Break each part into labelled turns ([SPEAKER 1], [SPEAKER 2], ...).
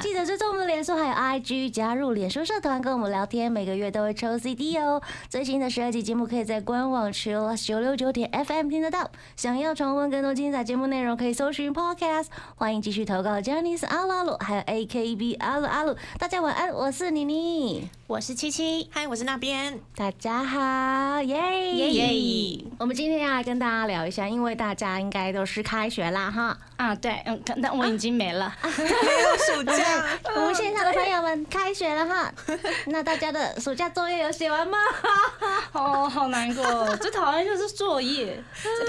[SPEAKER 1] 记得追踪我们的脸书还有 IG，加入脸书社团跟我们聊天，每个月都会抽 CD 哦。最新的十二集节目可以在官网 Chillus 九六九点 FM 听得到。想要重温更多精彩节目内容，可以搜寻 Podcast。欢迎继续投稿 j a n i c e 阿鲁阿鲁，还有 AKB 阿鲁阿鲁。大家晚安，我是妮妮，
[SPEAKER 2] 我是七七，嗨，我是那边，
[SPEAKER 1] 大家好，耶耶我们今天要来跟大家聊一下，因为大家应该都是开学啦哈。
[SPEAKER 3] 啊，对，嗯，可但我已经没了。
[SPEAKER 2] 暑假
[SPEAKER 1] 我们线上的朋友们开学了哈， 那大家的暑假作业有写完吗？
[SPEAKER 3] 哦，好难过，最讨厌就是作业，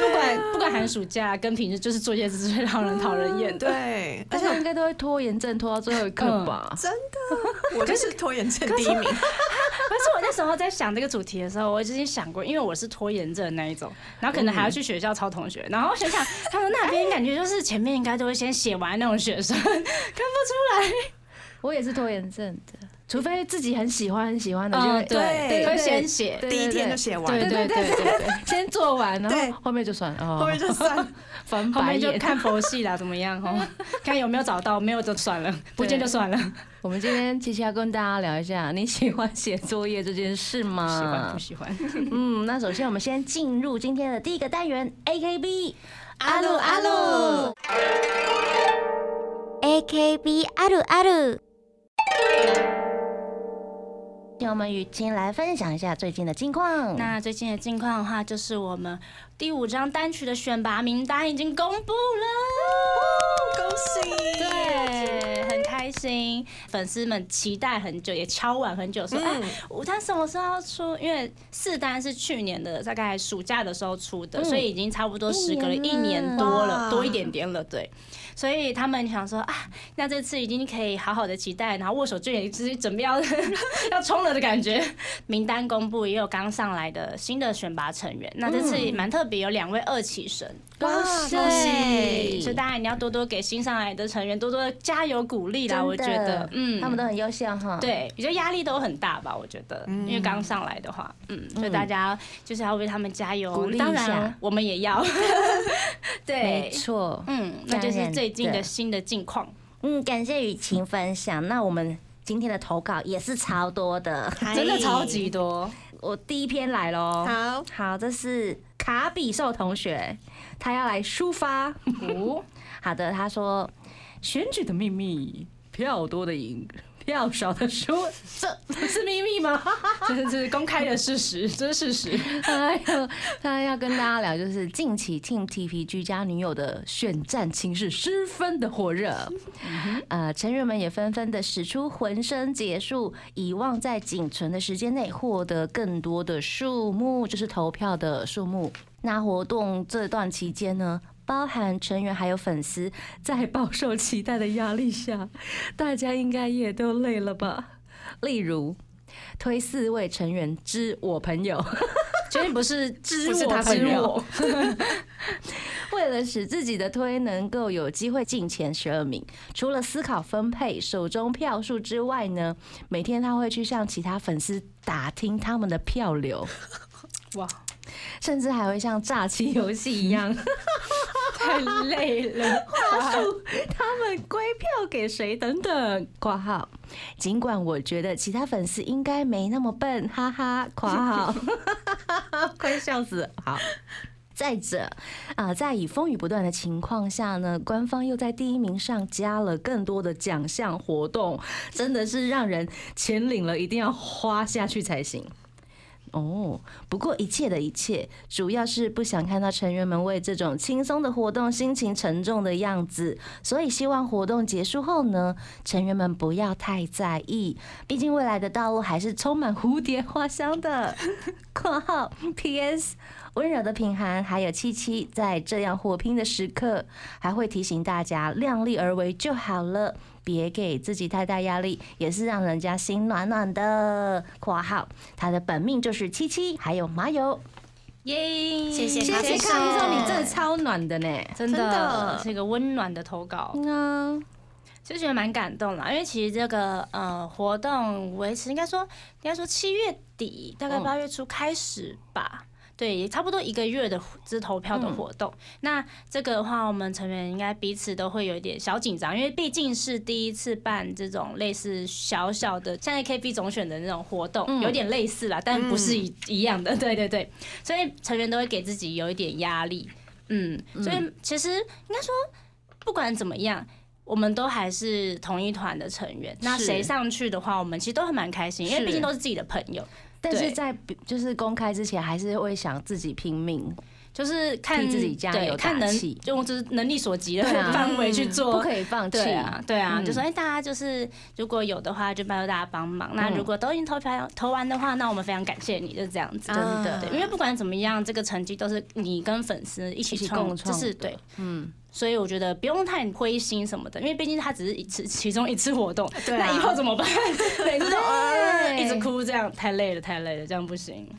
[SPEAKER 3] 不管不管寒暑假跟平时，就是作业是最让人讨人厌的。
[SPEAKER 2] 对，
[SPEAKER 1] 大
[SPEAKER 2] 而
[SPEAKER 1] 家
[SPEAKER 2] 且
[SPEAKER 1] 应该都会拖延症拖到最后一刻吧？
[SPEAKER 2] 真的，我就是拖延症第一名，
[SPEAKER 3] 可是我那时候在想这个主题的时候，我已经想过，因为我是拖延症的那一种，然后可能还要去学校抄同学，然后想想他们那边感觉就是前面应该都会先写完那种学生， 看不出来。
[SPEAKER 1] 我也是拖延症的，除非自己很喜欢很喜欢的，就
[SPEAKER 3] 嗯
[SPEAKER 1] 会
[SPEAKER 2] 对
[SPEAKER 3] 都会
[SPEAKER 1] 哦对
[SPEAKER 3] 先写。
[SPEAKER 1] 对
[SPEAKER 2] 第一天就写完，
[SPEAKER 3] 对对对对对，
[SPEAKER 1] 先做完，然
[SPEAKER 2] 对
[SPEAKER 1] 后后面就算了哦，
[SPEAKER 2] 后面就算，
[SPEAKER 1] 翻
[SPEAKER 3] 后
[SPEAKER 1] 白
[SPEAKER 3] 面就
[SPEAKER 1] 眼。
[SPEAKER 3] 看佛系啦，怎么样哦？看有没有找到，没有就算了，不见就算了。
[SPEAKER 1] 我们今天其实要跟大家聊一下，你喜欢写作业这件事吗？
[SPEAKER 3] 喜欢不喜欢？
[SPEAKER 1] 嗯，那首先我们先进入今天的第一个单元 AKB。
[SPEAKER 2] 阿鲁阿鲁，
[SPEAKER 4] AKB あるある
[SPEAKER 1] 让我们雨晴来分享一下最近的近况。
[SPEAKER 3] 那最近的近况的话，就是我们第五张单曲的选拔名单已经公布了，
[SPEAKER 2] 恭喜，
[SPEAKER 3] 对，很开心，粉丝们期待很久，也敲碗很久说，哎、
[SPEAKER 2] 嗯
[SPEAKER 3] 我他什么时候要出？因为四单是去年的大概暑假的时候出的，
[SPEAKER 1] 嗯
[SPEAKER 3] 所以已经差不多时隔了
[SPEAKER 1] 一
[SPEAKER 3] 一
[SPEAKER 1] 年了
[SPEAKER 3] 年多
[SPEAKER 2] 哇
[SPEAKER 3] 了，多一点点了，对。所以他们想说啊，那这次已经可以好好的期待，然后握手就也就是准备要 要冲了的感觉。名单公布也有刚上来的新的选拔成员，那这次也蛮特别，有两位二期生，
[SPEAKER 1] 嗯恭
[SPEAKER 3] 对，
[SPEAKER 1] 喜！
[SPEAKER 3] 所以大家你要多多给新上来的成员多多的加油鼓励啦，我觉得，嗯，
[SPEAKER 1] 他们都很优秀哈。，
[SPEAKER 3] 对，比较压力都很大吧，我觉得，因为刚上来的话，嗯，所以大家就是要为他们加油，
[SPEAKER 1] 鼓励一
[SPEAKER 3] 当然
[SPEAKER 1] 下
[SPEAKER 3] 我们也要， 对
[SPEAKER 1] 没，错。
[SPEAKER 3] 嗯，那就
[SPEAKER 1] 当
[SPEAKER 3] 是
[SPEAKER 1] 然
[SPEAKER 3] 最近
[SPEAKER 1] 对
[SPEAKER 3] 的新的近况，
[SPEAKER 1] 嗯，感谢雨晴分享。那我们今天的投稿也是超多的，
[SPEAKER 3] 真的超级多，
[SPEAKER 1] 我第一篇来喽。
[SPEAKER 2] 好，
[SPEAKER 1] 好，这是卡比兽同学，他要来抒发。
[SPEAKER 3] 哦，
[SPEAKER 1] 好的，他说选举的秘密，票多的赢，票少的输，这是秘密 吗？
[SPEAKER 3] 这是公开的事实，这是事实，
[SPEAKER 1] 还有， 他要跟大家聊，就是近期 Team TP 居家女友的选战情势十分的火热，呃，成员们也纷纷的使出浑身解数，以望在仅存的时间内获得更多的数目，就是投票的数目。那活动这段期间呢？包含成员还有粉丝，在饱受期待的压力下，大家应该也都累了吧？例如，推四位成员之我朋友，
[SPEAKER 3] 绝对不是知
[SPEAKER 2] 不是
[SPEAKER 3] 我
[SPEAKER 2] 他
[SPEAKER 3] 知
[SPEAKER 2] 朋友
[SPEAKER 3] 我，
[SPEAKER 1] 为了使自己的推能够有机会进前十二名，除了思考分配手中票数之外呢，每天他会去向其他粉丝打听他们的票流，
[SPEAKER 3] 哇，
[SPEAKER 1] 甚至还会像诈欺游戏一样，
[SPEAKER 3] 太累 了，
[SPEAKER 1] 他们归票给谁等等。（括号）尽管我觉得其他粉丝应该没那么笨，哈哈。（括号） 快笑死了，好。再者，啊、在以风雨不断的情况下呢，官方又在第一名上加了更多的奖项活动，真的是让人钱领了一定要花下去才行。哦，不过一切的一切，主要是不想看到成员们为这种轻松的活动心情沉重的样子，所以希望活动结束后呢，成员们不要太在意，毕竟未来的道路还是充满蝴蝶花香的。（括号 P.S.） 温柔的品涵还有七七，在这样火拼的时刻，还会提醒大家量力而为就好了，别给自己太大压力，也是让人家心暖暖的。（括号他的本命就是七七，还有麻油。
[SPEAKER 3] 耶，
[SPEAKER 2] 谢
[SPEAKER 1] 谢
[SPEAKER 2] 谢谢
[SPEAKER 1] 谢
[SPEAKER 2] 谢
[SPEAKER 1] 康医生，你真的超暖的呢。
[SPEAKER 3] 真
[SPEAKER 2] 真的
[SPEAKER 3] 的是一个温暖的投稿，
[SPEAKER 1] 嗯啊，
[SPEAKER 3] 就觉得蛮感动啦，因为其实这个呃活动维持应该说应该说七月底大概
[SPEAKER 1] 嗯
[SPEAKER 3] 八月初开始吧，对，也差不多一个月的只投票
[SPEAKER 1] 嗯
[SPEAKER 3] 的活动。那这个的话，我们成员应该彼此都会有一点小紧张，因为毕竟是第一次办这种类似小小的像 AKB 总选的那种活动，
[SPEAKER 1] 嗯
[SPEAKER 3] 有点类似啦，但不是一、一样的。对对对，所以成员都会给自己有一点压力。嗯，所以其实应该说，不管怎么样。我们都还是同一团的成员，那
[SPEAKER 1] 是
[SPEAKER 3] 谁上去的话，我们其实都很蛮开心，因为
[SPEAKER 1] 是
[SPEAKER 3] 毕竟都是自己的朋友，
[SPEAKER 1] 但是
[SPEAKER 3] 对
[SPEAKER 1] 在就是公开之前，还是会想自己拼命，
[SPEAKER 3] 就是看
[SPEAKER 1] 替自己加油
[SPEAKER 3] 对看
[SPEAKER 1] 打
[SPEAKER 3] 能
[SPEAKER 1] 气
[SPEAKER 3] 用就是能力所及的
[SPEAKER 1] 对啊
[SPEAKER 3] 范围去做，
[SPEAKER 1] 不可以放弃。
[SPEAKER 3] 对啊，对啊，
[SPEAKER 1] 嗯
[SPEAKER 3] 就说哎、大家就是如果有的话，就拜托大家帮忙。那
[SPEAKER 1] 嗯
[SPEAKER 3] 如果都已经投票投完的话，那我们非常感谢你，就是这样子。
[SPEAKER 1] 真的
[SPEAKER 3] 对，因为不管怎么样，这个成绩都是你跟粉丝一起
[SPEAKER 1] 一起
[SPEAKER 3] 创，
[SPEAKER 1] 共创
[SPEAKER 3] 就是
[SPEAKER 1] 的
[SPEAKER 3] 对，嗯。所以我觉得不用太灰心什么的，因为毕竟它只是一次其中一次活动，
[SPEAKER 2] 对啊
[SPEAKER 3] 那以后怎么办？每次都呃
[SPEAKER 1] 对
[SPEAKER 3] 一直哭，这样太累了，太累了，这样不行。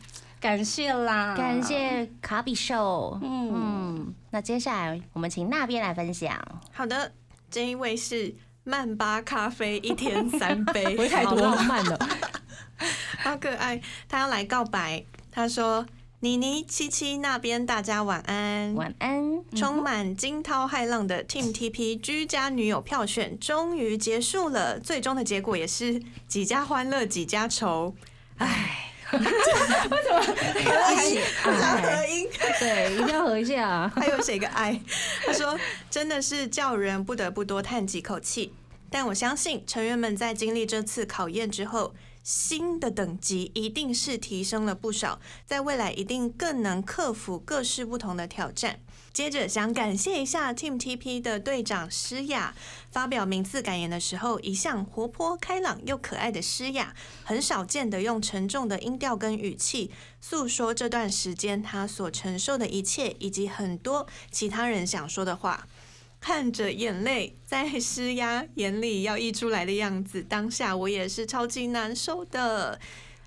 [SPEAKER 3] 感谢啦，
[SPEAKER 1] 感。谢卡比兽。
[SPEAKER 3] 嗯，
[SPEAKER 1] 嗯，那接下来我们请那边来分享。
[SPEAKER 2] 好的，这一位是曼巴咖啡，一天三 杯，
[SPEAKER 3] 不会太多
[SPEAKER 2] 好浪
[SPEAKER 3] 哦
[SPEAKER 1] 漫了，
[SPEAKER 2] 好可爱。他要来告白，他说：“妮妮、七七那边大家晚安。”
[SPEAKER 1] 晚安。
[SPEAKER 2] 充满惊涛骇浪
[SPEAKER 3] 嗯
[SPEAKER 2] 的 Team TP 居家女友票选终于结束了，最终的结果也是几家欢乐几 家愁。唉，为什么一起 拉合音？
[SPEAKER 1] 对，一定要合一下。啊
[SPEAKER 2] 还有写一个爱，他说真的是叫人不得不多叹几口气。但我相信成员们在经历这次考验之后，新的等级一定是提升了不少，在未来一定更能克服各式不同的挑战。接着想感谢一下 Team TP 的队长诗雅，发表名次感言的时候，一向活泼开朗又可爱的诗雅，很少见的用沉重的音调跟语气诉说这段时间他所承受的一切，以及很多其他人想说的话。看着眼泪在施压眼里要溢出来的样子，当下我也是超级难受的。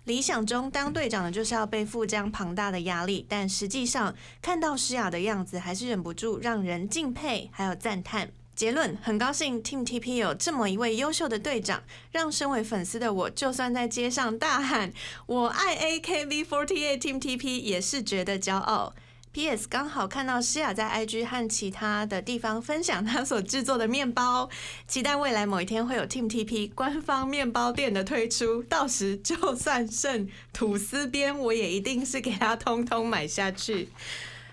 [SPEAKER 2] 理想中当队长的就是要背负这样庞大的压力，但实际上看到诗雅的样子，还是忍不住让人敬佩，还有赞叹。结论：很高兴 Team TP 有这么一位优秀的队长，让身为粉丝的我，就算在街上大喊我爱 AKB48 Team TP 也是觉得骄傲。P.S. 刚好看到诗雅在 IG 和其他的地方分享她所制作的面包，期待未来某一天会有 Team TP 官方面包店的推出，到时就算剩吐司边，我也一定是给她通通买下去。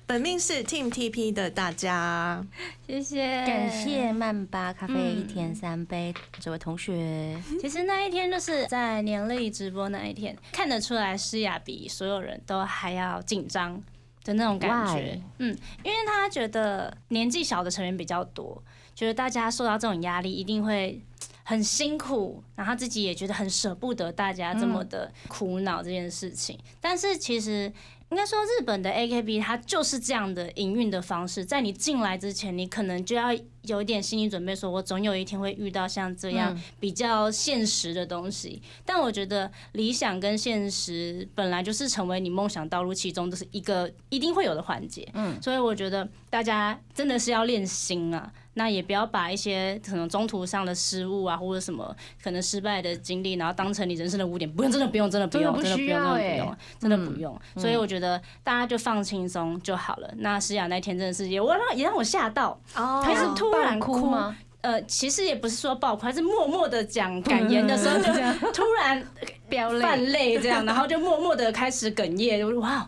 [SPEAKER 2] 本命是 Team TP 的大家，
[SPEAKER 3] 谢谢，
[SPEAKER 1] 感谢曼巴咖啡
[SPEAKER 3] 嗯
[SPEAKER 1] 一天三杯、这位同学，
[SPEAKER 3] 其实那一天就是在年历直播那一天，看得出来诗雅比所有人都还要紧张的那种感觉。
[SPEAKER 1] Why？
[SPEAKER 3] 嗯，因为她觉得年纪小的成员比较多，觉得大家受到这种压力一定会。很辛苦，然后她自己也觉得很舍不得大家这么的苦恼这件事情。但是其实应该说，日本的 AKB 它就是这样的营运的方式，在你进来之前，你可能就要有一点心理准备，说我总有一天会遇到像这样比较现实的东西。但我觉得理想跟现实本来就是成为你梦想道路其中的是一个一定会有的环节。嗯，所以我觉得大家真的是要练心啊。那也不要把一些可能中途上的失误啊，或者什么可能失败的经历，然后当成你人生的污点。不用，真的不用，真的不用，
[SPEAKER 1] 真的
[SPEAKER 3] 真的
[SPEAKER 1] 不
[SPEAKER 3] 不
[SPEAKER 1] 需
[SPEAKER 3] 用，真
[SPEAKER 1] 要
[SPEAKER 3] 的不
[SPEAKER 1] 欸嗯
[SPEAKER 3] 用，真的不用。所以我觉得大家就放轻松就好了。那诗雅那天真的是也我让也让我吓到，
[SPEAKER 2] 哦
[SPEAKER 3] 她是突然
[SPEAKER 1] 爆哭吗？
[SPEAKER 3] 呃，其实也不是说爆哭，她是默默的讲感言的时候，
[SPEAKER 1] 嗯
[SPEAKER 3] 就突然
[SPEAKER 1] 飙
[SPEAKER 3] 泛泪 这样，然后就默默的开始哽咽，就哇，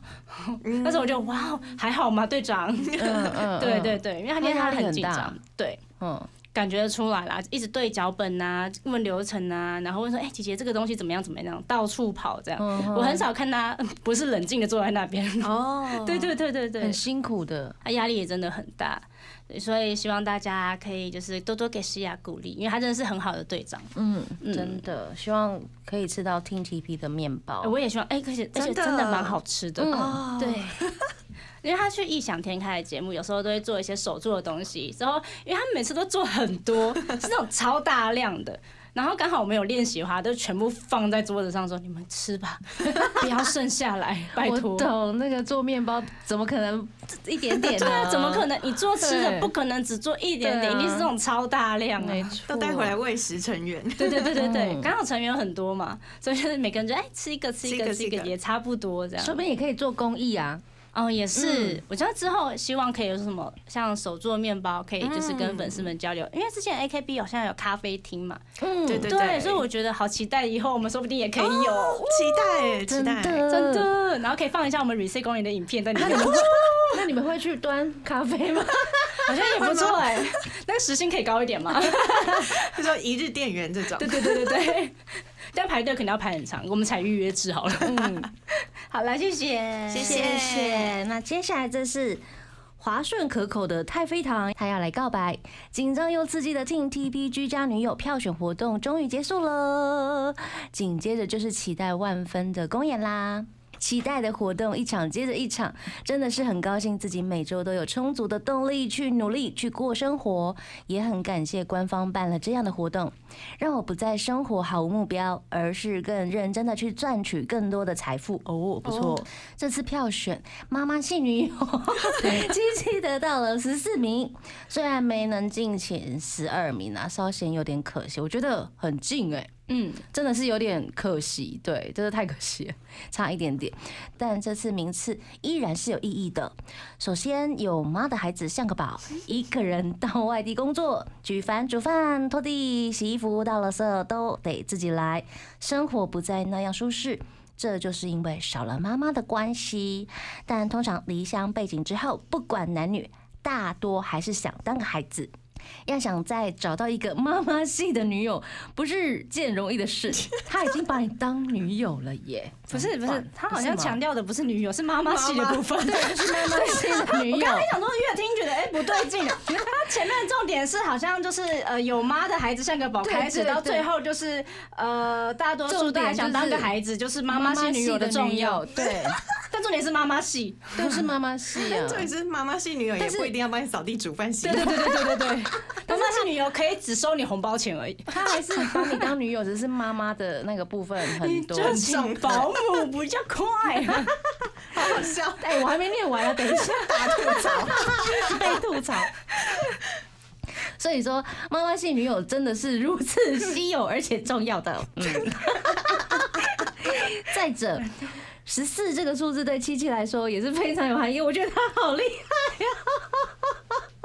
[SPEAKER 3] 那时候我就哇，还好吗，队长？
[SPEAKER 1] 嗯嗯，
[SPEAKER 3] 对
[SPEAKER 1] 嗯
[SPEAKER 3] 对，对，因为
[SPEAKER 1] 那
[SPEAKER 3] 他那天
[SPEAKER 1] 压
[SPEAKER 3] 他
[SPEAKER 1] 力很
[SPEAKER 3] 很紧
[SPEAKER 1] 大
[SPEAKER 3] 张，对。
[SPEAKER 1] 嗯，
[SPEAKER 3] 感觉得出来啦，一直对脚本啊，问流程啊，然后问说，哎、姐姐这个东西怎么样怎么
[SPEAKER 1] 嗯
[SPEAKER 3] 样，到处跑这样。我很少看他 不是冷静的坐在那边。
[SPEAKER 1] 嗯
[SPEAKER 2] 哦，
[SPEAKER 3] 对对对对对
[SPEAKER 1] 很，辛苦的，
[SPEAKER 3] 他压力也真的很大，对所以希望大家可以就是多多给诗雅鼓励，因为他真的是很好的队长。
[SPEAKER 1] 嗯，
[SPEAKER 3] 嗯
[SPEAKER 1] 真的，希望可以吃到 Team TP 的面包
[SPEAKER 3] 呃。我也希望，哎、而且而且
[SPEAKER 2] 真的
[SPEAKER 3] 真的蛮好吃的。
[SPEAKER 1] 嗯
[SPEAKER 2] 哦，
[SPEAKER 3] 对，因为他去异想天开的节目，有时候都会 做一些手做的东西，之后因为他每次都做很多，是那种超大量的。然后刚好我们有练习的话，都全部放在桌子上说：“你们吃吧， 不要剩下来，拜托
[SPEAKER 1] 我。懂那个做面包怎么可能一点点呢？
[SPEAKER 3] 对啊，怎么可能？你做吃
[SPEAKER 1] 对
[SPEAKER 3] 的不可能只做一点
[SPEAKER 1] 对啊
[SPEAKER 3] 点，一定是这种超大量
[SPEAKER 1] 没
[SPEAKER 3] 啊！
[SPEAKER 1] 错，
[SPEAKER 2] 都带回来喂食成员。
[SPEAKER 3] 对对对对对，
[SPEAKER 1] 嗯
[SPEAKER 3] 刚好成员很多嘛，所以就是每个人就哎吃一个吃一个
[SPEAKER 2] 吃
[SPEAKER 3] 吃
[SPEAKER 2] 一
[SPEAKER 3] 一
[SPEAKER 2] 个
[SPEAKER 3] 个
[SPEAKER 2] 吃一个
[SPEAKER 3] 也差不多这样。
[SPEAKER 1] 说不定也可以做公益啊。
[SPEAKER 3] 哦，也是，
[SPEAKER 1] 嗯
[SPEAKER 3] 我觉得之后希望可以有什么像手做面包，可以就是跟粉丝们交流，因为之前 AKB 好像有咖啡厅嘛，
[SPEAKER 1] 嗯
[SPEAKER 2] 对对
[SPEAKER 3] 所以我觉得好期待以后我们说不定也可以有，
[SPEAKER 2] 期待耶，期
[SPEAKER 1] 真的。
[SPEAKER 2] 待
[SPEAKER 3] 真。的，然后可以放一下我们 Reset 公园的影片在里
[SPEAKER 1] 那
[SPEAKER 3] 面
[SPEAKER 1] 你，们会那你们会去端咖啡吗？
[SPEAKER 3] 好像也不错哎、那个时薪可以高一点嘛？
[SPEAKER 2] 就说一日店员这种
[SPEAKER 3] 对，对对对对， 但排队肯定要排很长，我们采预约制好了。 好了，谢嗯谢，
[SPEAKER 2] 谢谢
[SPEAKER 1] 谢谢。那接下来这是滑顺可口的太妃糖，他要来告白。紧张又刺激的 Team TPG 加女友票选活动终于结束了，紧接着就是期待万分的公演啦。期待的活动一场接着一场，真的是很高兴自己每周都有充足的动力去努力去过生活，也很感谢官方办了这样的活动，让我不再生活毫无目标，而是更认真的去赚取更多的财富。哦，不错，这次票选妈妈系女友七七得到了十四名，虽然没能进前十二名啊，稍显有点可惜。我觉得很近哎、
[SPEAKER 3] 嗯，
[SPEAKER 1] 真的是有点可惜，对，真的太可惜了，差一点点。但这次名次依然是有意义的。首先有妈的孩子像个宝，一个人到外地工作，举凡煮饭、拖地、洗衣服、倒垃圾都得自己来，生活不再那样舒适。这就是因为少了妈妈的关系，但通常离乡背景之后，不管男女，大多还是想当个孩子。要想再找到一个妈妈系的女友，不是件容易的 事。她已经把你当女友了耶，
[SPEAKER 3] 不是
[SPEAKER 1] 怎
[SPEAKER 3] 不
[SPEAKER 1] 么
[SPEAKER 3] 是
[SPEAKER 1] 办，
[SPEAKER 3] 他好像
[SPEAKER 1] 不是吗
[SPEAKER 3] 强调的不是女友，是妈妈系的部分。
[SPEAKER 1] 对，就是妈妈系的女
[SPEAKER 3] 我
[SPEAKER 1] 友
[SPEAKER 3] 刚。才想说，越听觉得哎、不对劲了。他前面的重点是好像就是呃有妈的孩子像个宝
[SPEAKER 1] 对
[SPEAKER 3] 开始，
[SPEAKER 1] 对对
[SPEAKER 3] 到最后就是呃大多数大家想当个孩子，就是妈妈系女友的重要。
[SPEAKER 1] 对，
[SPEAKER 3] 但重点是妈妈系，
[SPEAKER 1] 都是妈妈系 啊。
[SPEAKER 2] 这也是妈妈系女友，也
[SPEAKER 1] 但是
[SPEAKER 2] 不一定要帮你扫地煮饭洗。
[SPEAKER 3] 对对对对对，妈妈系女友可以只收你红包钱而已，
[SPEAKER 1] 她还是把你当女友，只是妈妈的那个部分很 多。
[SPEAKER 3] 就请保姆比较快。
[SPEAKER 2] 好好笑。
[SPEAKER 1] 哎、我还没念完啊，等一下大吐槽，被吐槽。所以说，妈妈系女友真的是如此稀有而且重要的。 嗯，再者，十四这个数字对七七来说也是非常有含义，我觉得她好厉害。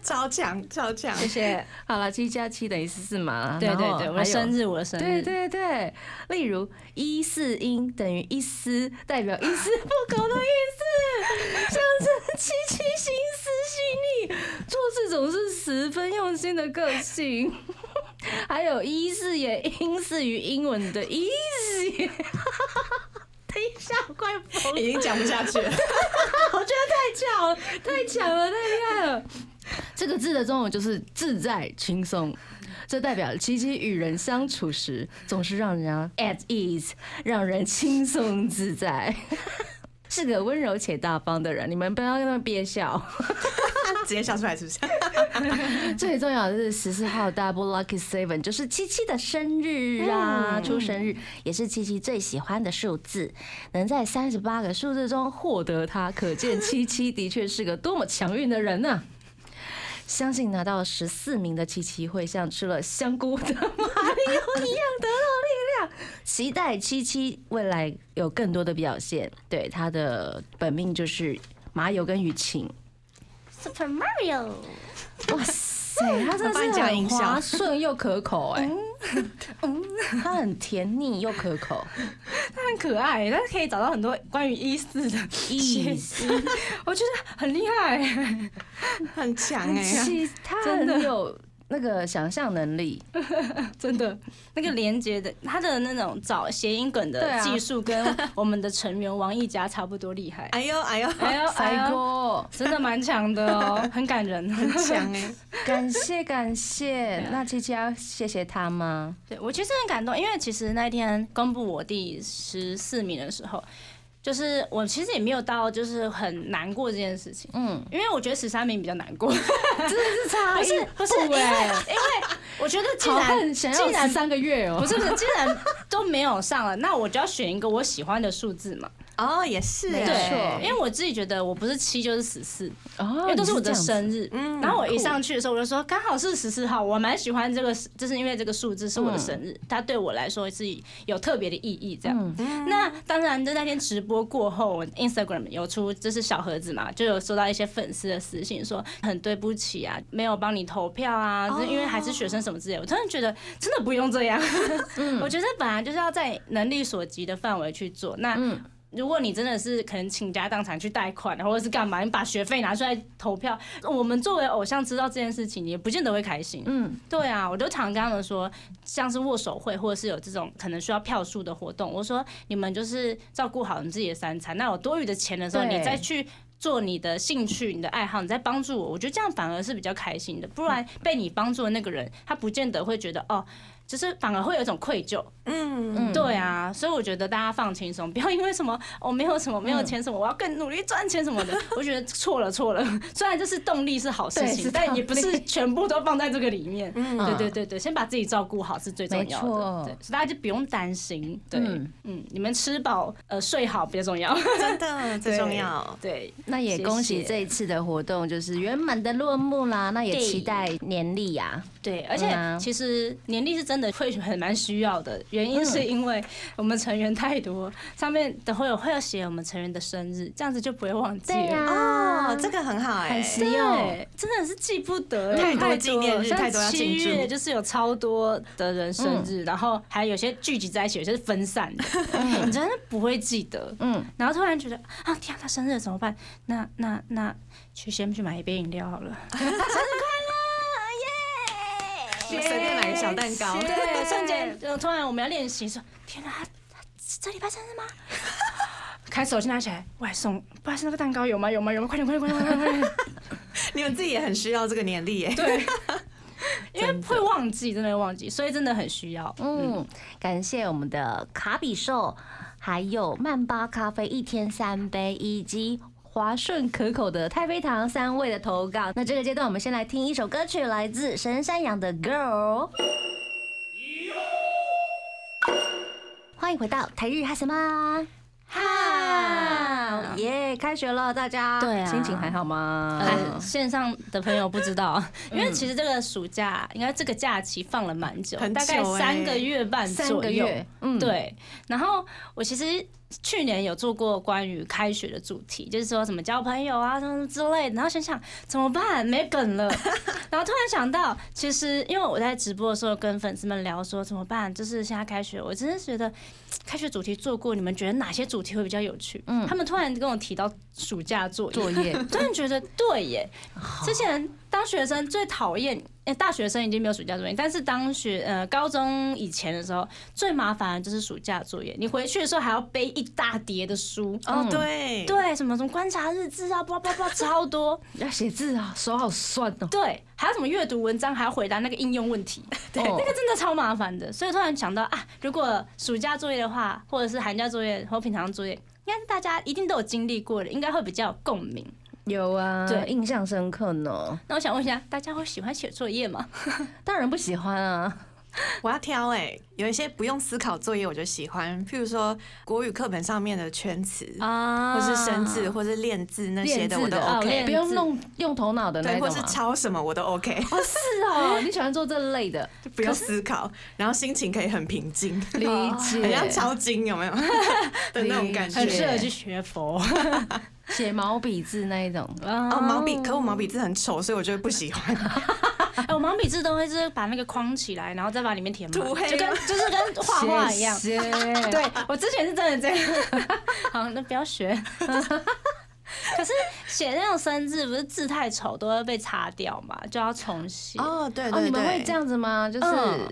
[SPEAKER 2] 超强超强，
[SPEAKER 3] 谢，
[SPEAKER 1] 好了，七加七等于十四嘛？
[SPEAKER 3] 对对对，我的生
[SPEAKER 1] 日。
[SPEAKER 3] 日，我的生
[SPEAKER 1] 对
[SPEAKER 3] 日，
[SPEAKER 1] 对对，例如一四音等于一丝，代表一丝不苟的意思，象征七七心思细腻，做事总是十分用心的个性。还有一四也应似于英文的 easy。等一下，快疯了！
[SPEAKER 2] 已经讲不下去了。
[SPEAKER 1] 我觉得太强，太强了，太厉害了。 这个字的中文就是自在轻松，这代表琪琪与人相处时总是让人家 at ease，让人轻松自在， 是个温柔且大方的人。你们不要那么憋笑。
[SPEAKER 2] 直接笑出来是不是？
[SPEAKER 1] 最重要的是十四号 Double Lucky Seven，就是七七的生日啊，出生日也是七七最喜欢的数字，能在三十八个数字中获得它，可见七七的确是个多么强运的人呐、相信拿到十四名的七七会像吃了香菇的马里奥一样得到力量。期待七七未来有更多的表现。对，他的本命就是麻油跟雨晴。
[SPEAKER 4] Super Mario，
[SPEAKER 1] 哇
[SPEAKER 3] 嗯
[SPEAKER 1] 塞，它真的
[SPEAKER 2] 帮你
[SPEAKER 1] 是
[SPEAKER 2] 加
[SPEAKER 1] 很
[SPEAKER 2] 音效
[SPEAKER 1] 滑顺又可口哎、
[SPEAKER 3] 嗯
[SPEAKER 1] 它很甜腻又可口，
[SPEAKER 3] 很可爱，但是可以找到很多关于一四的，
[SPEAKER 1] 意
[SPEAKER 3] 我觉得很厉害。
[SPEAKER 2] 很强哎、
[SPEAKER 1] 其实它很有那个想象能力，
[SPEAKER 3] 真的，那个连接的，他的那种找谐音梗
[SPEAKER 1] 对
[SPEAKER 3] 的
[SPEAKER 1] 啊
[SPEAKER 3] 技术，跟我们的成员王一佳差不多厉害。
[SPEAKER 2] 哎呦哎呦，
[SPEAKER 3] 哎呦，哎
[SPEAKER 1] 帅
[SPEAKER 3] 呦，
[SPEAKER 1] 哥，
[SPEAKER 3] 真的蛮强的哦， 很感人。
[SPEAKER 2] 很强哎、
[SPEAKER 1] 感谢感 谢，那琪琪要谢谢他吗？
[SPEAKER 3] 对我其实很感动，因为其实那天公布我第十四名的时候，就是我其实也没有到就是很难过这件事情，
[SPEAKER 1] 嗯，
[SPEAKER 3] 因为我觉得十三名比较难过。
[SPEAKER 1] 真的是差
[SPEAKER 3] 欸不是不是，因为因为我觉得既
[SPEAKER 1] 好
[SPEAKER 3] 然
[SPEAKER 1] 恨，
[SPEAKER 3] 既
[SPEAKER 1] 想要
[SPEAKER 3] 然
[SPEAKER 1] 十三个月哦
[SPEAKER 3] 不。是不是，既然都没有上了，那我就要选一个我喜欢的数字嘛。
[SPEAKER 2] 哦，也是，
[SPEAKER 1] 没
[SPEAKER 2] 哎
[SPEAKER 1] 错
[SPEAKER 3] 因为我自己觉得我不是七就是十四，
[SPEAKER 1] 哦
[SPEAKER 3] 因为都是我的
[SPEAKER 1] 日。
[SPEAKER 3] 生日。
[SPEAKER 2] 嗯
[SPEAKER 3] 然后我一上去的时候，我就说刚好是十四号，我蛮喜欢这个，就是因为这个数字是我的生日，它对我来说是有特别的意义。这样，那当然在那天直播过后我，Instagram 有出就是小盒子嘛，就有收到一些粉丝的私信说很对不起啊，没有帮你投票啊，就是因为还是学生什么之类的。我突然觉得真的不用这样， 我觉得本来就是要在能力所及的范围去做。那如果你真的是可能倾家荡产去贷款，啊或者是干嘛，你把学费拿出来投票，我们作为偶像知道这件事情，也不见得会开心。
[SPEAKER 1] 嗯，
[SPEAKER 3] 对啊，我就常跟他们说，像是握手会，或者是有这种可能需要票数的活动，我说你们就是照顾好你自己的三餐，那有多余的钱的时候，
[SPEAKER 1] 对
[SPEAKER 3] 你再去。做你的兴趣、你的爱好，你在帮助我，我觉得这样反而是比较开心的。不
[SPEAKER 1] 嗯
[SPEAKER 3] 然被你帮助的那个人，他不见得会觉得哦，就是反而会有一种愧疚。
[SPEAKER 2] 嗯，
[SPEAKER 3] 对啊，所以我觉得大家放轻松，不要因为什么我、哦、没有什么
[SPEAKER 1] 嗯
[SPEAKER 3] 没有钱什么，我要更努力赚钱什么的。我觉得错了错了，虽然这是动力是好事
[SPEAKER 1] 对
[SPEAKER 3] 情
[SPEAKER 1] 是，
[SPEAKER 3] 但
[SPEAKER 1] 动
[SPEAKER 3] 也不是全部都放在这个里面。嗯，对对对对，先把自己照顾好是最重要
[SPEAKER 1] 没
[SPEAKER 3] 的
[SPEAKER 1] 错。
[SPEAKER 3] 对，所以大家就不用担心。对，
[SPEAKER 1] 嗯
[SPEAKER 3] 嗯你们吃饱呃睡好比较重要，
[SPEAKER 2] 真的最重要。
[SPEAKER 3] 对，
[SPEAKER 1] 那也
[SPEAKER 3] 谢
[SPEAKER 1] 恭喜
[SPEAKER 3] 谢
[SPEAKER 1] 这一次的活动就是圆满的落幕啦。那也
[SPEAKER 3] 对
[SPEAKER 1] 期待年历呀、
[SPEAKER 3] 对，而
[SPEAKER 1] 嗯啊
[SPEAKER 3] 且其实年历是真的会很蛮需要的，原因
[SPEAKER 2] 嗯
[SPEAKER 3] 是因为我们成员太多，上面等会有会有写我们成员的生日，这样子就不会忘记
[SPEAKER 1] 对
[SPEAKER 3] 了。
[SPEAKER 1] 呀、
[SPEAKER 2] 哦，这个很好哎
[SPEAKER 1] 很，实用。
[SPEAKER 3] 对，真的是记不得
[SPEAKER 2] 太多
[SPEAKER 3] 了
[SPEAKER 2] 纪念日
[SPEAKER 3] 像
[SPEAKER 2] 太多要庆
[SPEAKER 3] 七
[SPEAKER 2] 祝嗯
[SPEAKER 3] 月就是有超多的人生日，然后还有些聚集在一起，有些是分散的，
[SPEAKER 2] 嗯
[SPEAKER 3] 你真的不会记得。
[SPEAKER 1] 嗯，
[SPEAKER 3] 然后突然觉得啊，天啊，他生日了怎么办？那那那，去先去买一杯饮料好了。
[SPEAKER 2] 随便买个小蛋糕，
[SPEAKER 3] 对，瞬间就突然我们要练习说，天哪，他他这礼拜生日吗？ 开始我先拿起来，外送，不然是那个蛋糕有吗？有吗？有吗？快点，快点，快点， 快点，快点！
[SPEAKER 2] 你们自己也很需要这个年历哎。
[SPEAKER 3] 对，因为会忘记，真的会忘记，所以真的很需要。
[SPEAKER 1] 嗯，感谢我们的卡比兽，还有曼巴咖啡一天三杯，以及滑顺可口的太妃糖三位的投稿。那这个阶段，我们先来听一首歌曲，来自神山羊的《Girl》。欢迎回到台日哈什么？哈耶！开学了，大家
[SPEAKER 3] 对啊
[SPEAKER 1] 心情还好吗？
[SPEAKER 2] 嗯
[SPEAKER 3] 呃，线上的朋友不知 道，因为其实这个暑假应该这个假期放了蛮久，
[SPEAKER 2] 很久欸
[SPEAKER 3] 大概三个月半
[SPEAKER 1] 三
[SPEAKER 3] 左
[SPEAKER 1] 个
[SPEAKER 3] 右。
[SPEAKER 1] 月，嗯，
[SPEAKER 3] 对，然后我其实去年有做过关于开学的主题，就是说怎么交朋友啊，什么什么之类的。然后想想怎么办，没梗了。然后突然想到，其实因为我在直播的时候跟粉丝们聊说怎么办，就是现在开学，我真的觉得开学主题做过，你们觉得哪些主题会比较有趣？嗯，他们突然跟我提到暑假作 业，
[SPEAKER 1] 作业
[SPEAKER 3] 突然觉得对耶，之前当学生最讨厌，哎、大学生已经没有暑假作业，但是当学呃高中以前的时候，最麻烦的就是暑假作业，你回去的时候还要背一大叠的书。
[SPEAKER 2] 哦，对，
[SPEAKER 3] 对，什么什么观察日志啊，叭叭叭，超多。
[SPEAKER 1] 要写字啊，手好酸哦。
[SPEAKER 3] 对，还有什么阅读文章，还要回答那个应用问题，
[SPEAKER 1] 对
[SPEAKER 3] 那个真的超麻烦的。所以突然想到啊，如果暑假作业的话，或者是寒假作业或平常作业，应该是大家一定都有经历过的，应该会比较有共鸣。
[SPEAKER 1] 有啊，
[SPEAKER 3] 对
[SPEAKER 1] 印象深刻呢。
[SPEAKER 3] 那我想问一下，大家会喜欢写作业吗？
[SPEAKER 1] 当然不喜欢啊，
[SPEAKER 2] 我要挑哎，有一些不用思考作业我就喜欢，譬如说国语课本上面的圈词，
[SPEAKER 3] 啊
[SPEAKER 2] 或是生字，或是练字那些的我都
[SPEAKER 1] 练字的
[SPEAKER 2] OK，
[SPEAKER 3] 练
[SPEAKER 1] 不用弄用头脑的那
[SPEAKER 2] 对，或
[SPEAKER 1] 种
[SPEAKER 2] 是
[SPEAKER 1] 啊。
[SPEAKER 2] 抄什么我都 OK，
[SPEAKER 1] 哦，是哦， 你喜欢做这类的，
[SPEAKER 2] 就不用思考，然后心情可以很平静，
[SPEAKER 1] 理
[SPEAKER 2] 很
[SPEAKER 1] 解
[SPEAKER 2] 像。抄经有没有 的那种感
[SPEAKER 1] 很
[SPEAKER 2] 觉
[SPEAKER 1] 是。适合去
[SPEAKER 3] 学佛。
[SPEAKER 1] 写毛笔字那一种，
[SPEAKER 2] 哦，
[SPEAKER 3] 哦
[SPEAKER 2] 毛笔，可我毛笔字很丑，所以我就不喜欢。
[SPEAKER 3] 哎我毛笔字都会是把那个框起来，然后再把里面填满，
[SPEAKER 2] 涂黑
[SPEAKER 3] 就跟
[SPEAKER 2] 吗
[SPEAKER 3] 就是跟画画一样。
[SPEAKER 1] 谢谢
[SPEAKER 3] 对我之前是真的这样。 好，那不要学。 可是写那种生字，不是字太丑都会被擦掉嘛，就要重写。
[SPEAKER 2] 哦，对
[SPEAKER 1] 哦，你们会这样子吗？就
[SPEAKER 3] 嗯
[SPEAKER 1] 是，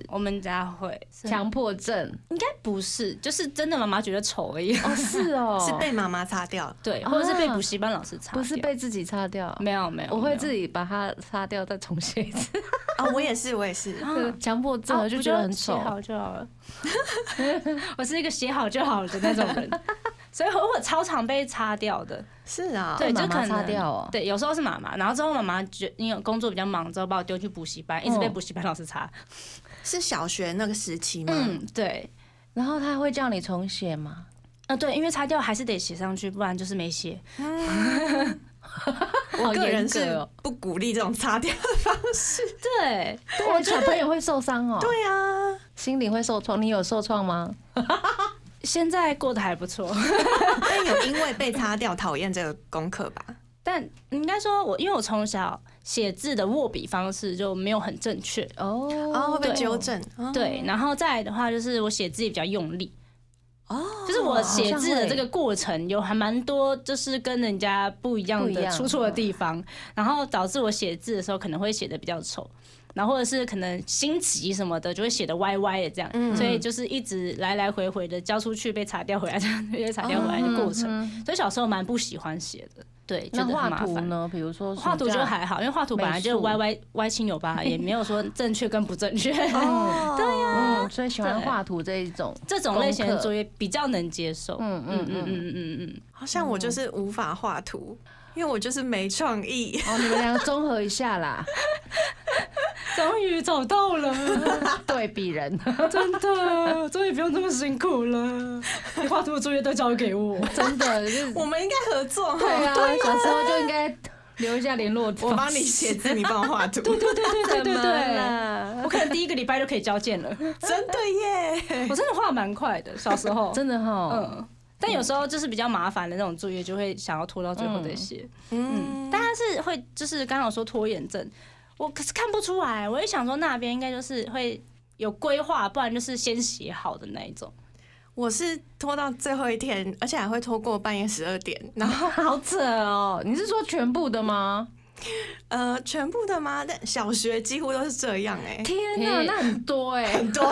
[SPEAKER 3] 我们家会，
[SPEAKER 1] 强迫症。
[SPEAKER 3] 应该不是，就是真的妈妈觉得丑而已。
[SPEAKER 1] 哦， 是哦，
[SPEAKER 2] 是被妈妈擦 掉。
[SPEAKER 3] 对，或者是被补习班老师擦掉。
[SPEAKER 1] 不是被自己擦掉？
[SPEAKER 3] 没有没有，
[SPEAKER 1] 我会
[SPEAKER 3] 没有
[SPEAKER 1] 自己把它擦掉，再重写一次。
[SPEAKER 2] 哦，我也是，我也是。
[SPEAKER 3] 啊
[SPEAKER 1] 强迫症嗯
[SPEAKER 3] 哦
[SPEAKER 1] 我就觉得很丑
[SPEAKER 3] 不就写。好就好了。我是一个写好就好的那种人。 所以我我超常被擦掉的。
[SPEAKER 2] 是啊，
[SPEAKER 3] 对，
[SPEAKER 1] 妈
[SPEAKER 3] 就
[SPEAKER 1] 妈
[SPEAKER 3] 可能
[SPEAKER 1] 擦掉哦
[SPEAKER 3] 对，有时候是妈妈，然后之后妈妈觉因为工作比较忙，之后把我丢去补习班，一直被
[SPEAKER 1] 嗯
[SPEAKER 3] 补习班老师擦。
[SPEAKER 2] 是小学那个时期吗？
[SPEAKER 3] 嗯，对，
[SPEAKER 1] 然后他会叫你重写吗？
[SPEAKER 3] 啊，对，因为擦掉还是得写上去，不然就是没 写。
[SPEAKER 1] 我
[SPEAKER 2] 个人是不鼓励这种擦掉的方式。
[SPEAKER 3] 对，
[SPEAKER 1] 我小朋友会受伤哦，
[SPEAKER 2] 对啊，
[SPEAKER 1] 心灵会受创。你有受创吗？
[SPEAKER 3] 现在过得还不错，
[SPEAKER 2] 但有因为被擦掉讨厌这个功课吧？
[SPEAKER 3] 但应该说我，因为我从小写字的握笔方式就没有很正确，
[SPEAKER 1] 哦，
[SPEAKER 2] 哦，会被
[SPEAKER 3] 对
[SPEAKER 2] 纠正。哦
[SPEAKER 3] 对，然后再来的话就是我写字也比较用力，
[SPEAKER 2] 哦，
[SPEAKER 3] 就是我写字的这个过程有还蛮多，就是跟人家不一样
[SPEAKER 1] 不一
[SPEAKER 3] 的
[SPEAKER 1] 样嗯
[SPEAKER 3] 出错的地方，然后导致我写字的时候可能会写的比较丑，然后或者是可能心急什么的就会写的歪歪的这样，
[SPEAKER 1] 嗯
[SPEAKER 3] 所以就是一直来来回回的交出去被擦掉回来， 这样被擦掉回
[SPEAKER 1] 嗯
[SPEAKER 3] 来的过
[SPEAKER 1] 哦
[SPEAKER 3] 程，所以小时候蛮不喜欢写的，对，觉
[SPEAKER 1] 那
[SPEAKER 3] 得很
[SPEAKER 1] 画
[SPEAKER 3] 麻
[SPEAKER 1] 图
[SPEAKER 3] 烦。
[SPEAKER 1] 呢？比如说暑假
[SPEAKER 3] 画图就还好，因为画图本来
[SPEAKER 1] 美
[SPEAKER 3] 就
[SPEAKER 1] 术
[SPEAKER 3] 歪歪歪七扭八，也没有说正确跟不 正确。
[SPEAKER 2] 哦，对呀，
[SPEAKER 1] 嗯，所以喜欢
[SPEAKER 3] 对
[SPEAKER 1] 画图这一种，
[SPEAKER 3] 这种类型
[SPEAKER 1] 功
[SPEAKER 3] 的
[SPEAKER 1] 课
[SPEAKER 3] 作业比较能接受。
[SPEAKER 1] 嗯嗯
[SPEAKER 3] 嗯
[SPEAKER 1] 嗯嗯。
[SPEAKER 3] 嗯嗯嗯。
[SPEAKER 2] 好像我就是无法画图，因为我就是没创意。
[SPEAKER 1] 哦，你们两个综合一下啦，
[SPEAKER 3] 终于找到了，
[SPEAKER 1] 对比人，
[SPEAKER 3] 真的，终于不用这么辛苦了。你画图的作业都交给我。
[SPEAKER 1] 真的就是
[SPEAKER 2] 我们应该合作，
[SPEAKER 1] 对啊，小时候就应该留一下联络
[SPEAKER 2] 我
[SPEAKER 1] 方
[SPEAKER 2] 帮你写字，你帮我画 图。对对对，
[SPEAKER 3] 对对对
[SPEAKER 1] 怎么
[SPEAKER 3] 对，我可能第一个礼拜就可以交件了。
[SPEAKER 2] 真的耶！
[SPEAKER 3] 我真的画得蛮快的，小时候。
[SPEAKER 1] 真的哦哈，
[SPEAKER 3] 嗯。但有时候就是比较麻烦的那种作业，就会想要拖到最后再写。
[SPEAKER 2] 嗯，
[SPEAKER 3] 但他是会，就是刚刚有说拖延症，我可是看不出来。我也想说那边应该就是会有规划，不然就是先写好的那一种。
[SPEAKER 2] 我是拖到最后一天，而且还会拖过半夜十二点，然后
[SPEAKER 1] 好扯哦！你是说全部的吗？
[SPEAKER 2] 呃，全部的吗？但小学几乎都是这样哎、
[SPEAKER 1] 天哪，
[SPEAKER 3] 嘿
[SPEAKER 1] 那很多 哎，
[SPEAKER 2] 多超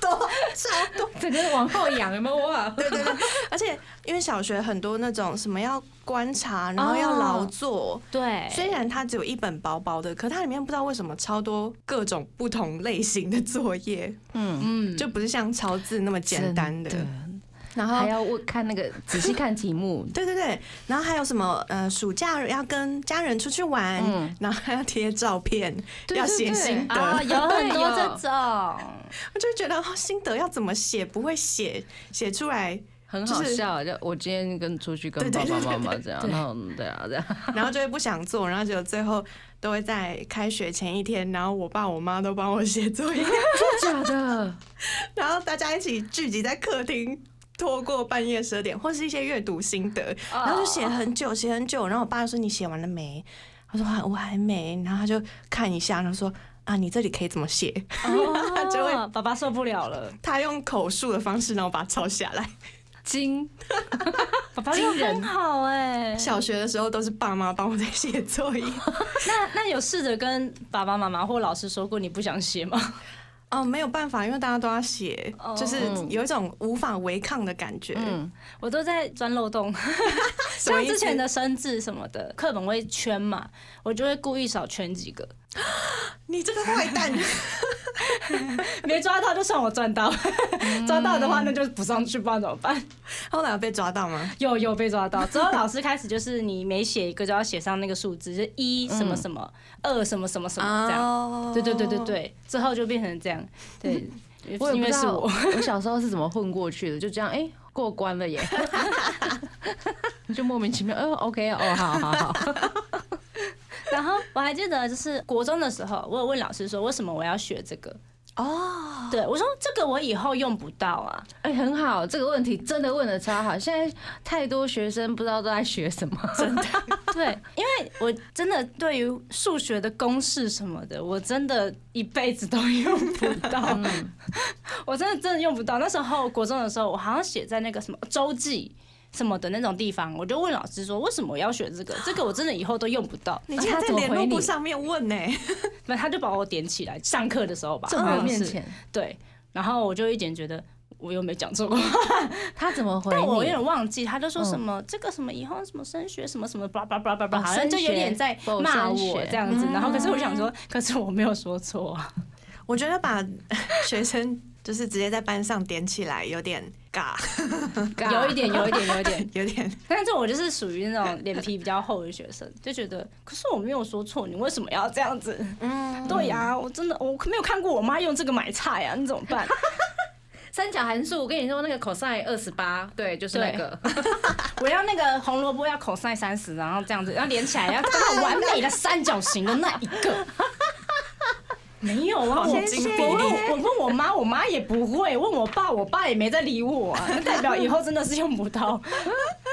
[SPEAKER 2] 多超多，
[SPEAKER 1] 整个往后仰有没有哇？
[SPEAKER 2] 对对对，而且因为小学很多那种什么要观察，然后要劳作，
[SPEAKER 3] 对
[SPEAKER 2] 虽然它只有一本薄薄的，可它里面不知道为什么超多各种不同类型的作业，
[SPEAKER 1] 嗯，
[SPEAKER 3] 嗯，
[SPEAKER 2] 就不是像抄字那么简单的。
[SPEAKER 1] 真
[SPEAKER 2] 然后，
[SPEAKER 1] 还要问看那个仔细看题目
[SPEAKER 2] 对对对，然后还有什么呃，暑假要跟家人出去玩，
[SPEAKER 1] 嗯
[SPEAKER 2] 然后还要贴照片，
[SPEAKER 1] 对
[SPEAKER 2] 要
[SPEAKER 1] 对
[SPEAKER 2] 写
[SPEAKER 1] 对
[SPEAKER 2] 心得，
[SPEAKER 3] 啊，有很多
[SPEAKER 1] 有
[SPEAKER 3] 这种。
[SPEAKER 2] 我就觉得、哦、心得要怎么写，不会写写出来，
[SPEAKER 1] 很
[SPEAKER 2] 好
[SPEAKER 1] 好
[SPEAKER 2] 笑
[SPEAKER 1] 笑。啊就我今天跟出去跟
[SPEAKER 2] 对
[SPEAKER 1] 爸
[SPEAKER 2] 对
[SPEAKER 1] 爸
[SPEAKER 2] 对
[SPEAKER 1] 妈
[SPEAKER 2] 对
[SPEAKER 1] 妈
[SPEAKER 2] 对
[SPEAKER 1] 这样，然后嗯对啊这样，
[SPEAKER 2] 然后就会不想做，然后就最后都会在开学前一天，然后我爸我妈都帮我写作业。
[SPEAKER 1] 真的假的？
[SPEAKER 2] 然后大家一起聚集在客厅。拖过半夜十二点，或是一些阅读心得，
[SPEAKER 3] 哦
[SPEAKER 2] 然后就写很久，写很久。然后我爸就说：“你写完了没？”他说：“啊我还没。”然后他就看一下，然后说：“啊，你这里可以怎么写
[SPEAKER 3] 哦
[SPEAKER 2] 就会
[SPEAKER 3] 爸爸受不了了，？”
[SPEAKER 2] 他用口述的方式让我把它抄下来。
[SPEAKER 1] 惊
[SPEAKER 3] 爸爸就很好哎、
[SPEAKER 2] 小学的时候都是爸妈帮我在写作 业。
[SPEAKER 3] 那那有试着跟爸爸妈妈或老师说过你不想写吗？
[SPEAKER 2] 哦，没有办法，因为大家都要写
[SPEAKER 3] 哦，
[SPEAKER 2] 就是有一种无法违抗的感觉。
[SPEAKER 1] 嗯
[SPEAKER 3] 我都在钻漏洞，
[SPEAKER 2] 什么
[SPEAKER 3] 像
[SPEAKER 2] 意思
[SPEAKER 3] 之前的生字什么的，课本会圈嘛，我就会故意少圈几个，
[SPEAKER 2] 你这个坏蛋！
[SPEAKER 3] 没抓到就算我赚到， 嗯抓到的话那就补上去，不然怎么办？
[SPEAKER 2] 后来有被抓到吗？
[SPEAKER 3] 有有被抓到，之后老师开始就是你每写一个就要写上那个数字，就是一什
[SPEAKER 1] 嗯
[SPEAKER 3] 么什么，二什么什么什么这样。
[SPEAKER 2] 哦
[SPEAKER 3] 对对对对，对，之后就变成这样，对，
[SPEAKER 1] 我也
[SPEAKER 3] 因
[SPEAKER 1] 不
[SPEAKER 3] 为
[SPEAKER 1] 知
[SPEAKER 3] 是
[SPEAKER 1] 道
[SPEAKER 3] 我，
[SPEAKER 1] 我小时候是怎么混过去的，就这样哎、过关了耶， 就莫名其妙，哦 OK 哦好好好，
[SPEAKER 3] 然后我还记得就是国中的时候，我有问老师说为什么我要学这个，
[SPEAKER 2] 哦。
[SPEAKER 3] 对我说这个我以后用不到啊，
[SPEAKER 1] 哎、很好，这个问题真的问的超好，现在太多学生不知道都在学什么，
[SPEAKER 3] 对，因为我真的对于数学的公式什么的，我真的一辈子都用不到， 我真的真的用不到。那时候国中的时候，我好像写在那个什么周记。什么的那种地方，我就问老师说，为什么我要学这个？这个我真的以后都用不到。
[SPEAKER 2] 你竟然在联络部上面问呢、
[SPEAKER 3] 那他就把我点起来，上课的时候吧，
[SPEAKER 1] 在
[SPEAKER 3] 好
[SPEAKER 1] 我
[SPEAKER 3] 像
[SPEAKER 1] 面
[SPEAKER 3] 是
[SPEAKER 1] 前，
[SPEAKER 3] 对，然后我就一点觉得我又没讲错话，
[SPEAKER 1] 他怎么回
[SPEAKER 3] 但我有点
[SPEAKER 1] 你？
[SPEAKER 3] 忘记，他就说什么、这个什么以后什么升学什么什么叭叭叭叭叭，好像就有点在
[SPEAKER 1] 哦升学
[SPEAKER 3] 骂
[SPEAKER 1] 哦升
[SPEAKER 3] 我
[SPEAKER 1] 学
[SPEAKER 3] 这样嗯子。然后可是我想说，可是我没有说错啊，
[SPEAKER 2] 我觉得把 学生就是直接在班上点起来，有点尬，
[SPEAKER 3] 有一点，有 一点，有一点。
[SPEAKER 2] 有点
[SPEAKER 3] 但是我就是属于那种脸皮比较厚的学生，就觉得，可是我没有说错，你为什么要这样子？
[SPEAKER 2] 嗯，
[SPEAKER 3] 对呀、我真的我没有看过我妈用这个买菜啊，你怎么办？
[SPEAKER 5] 三角函数，我跟你说那个 cosine 二十八，对，就是那个。
[SPEAKER 3] 我要那个红萝卜要口塞三十，然后这样子，然后连起 来，要哎刚好完美的三角形的那一个。 没有啊，我
[SPEAKER 2] 黄金比例
[SPEAKER 3] 我问我问我妈，我妈也不会；问我爸，我爸也没在理我 啊，那代表以后真的是用不到。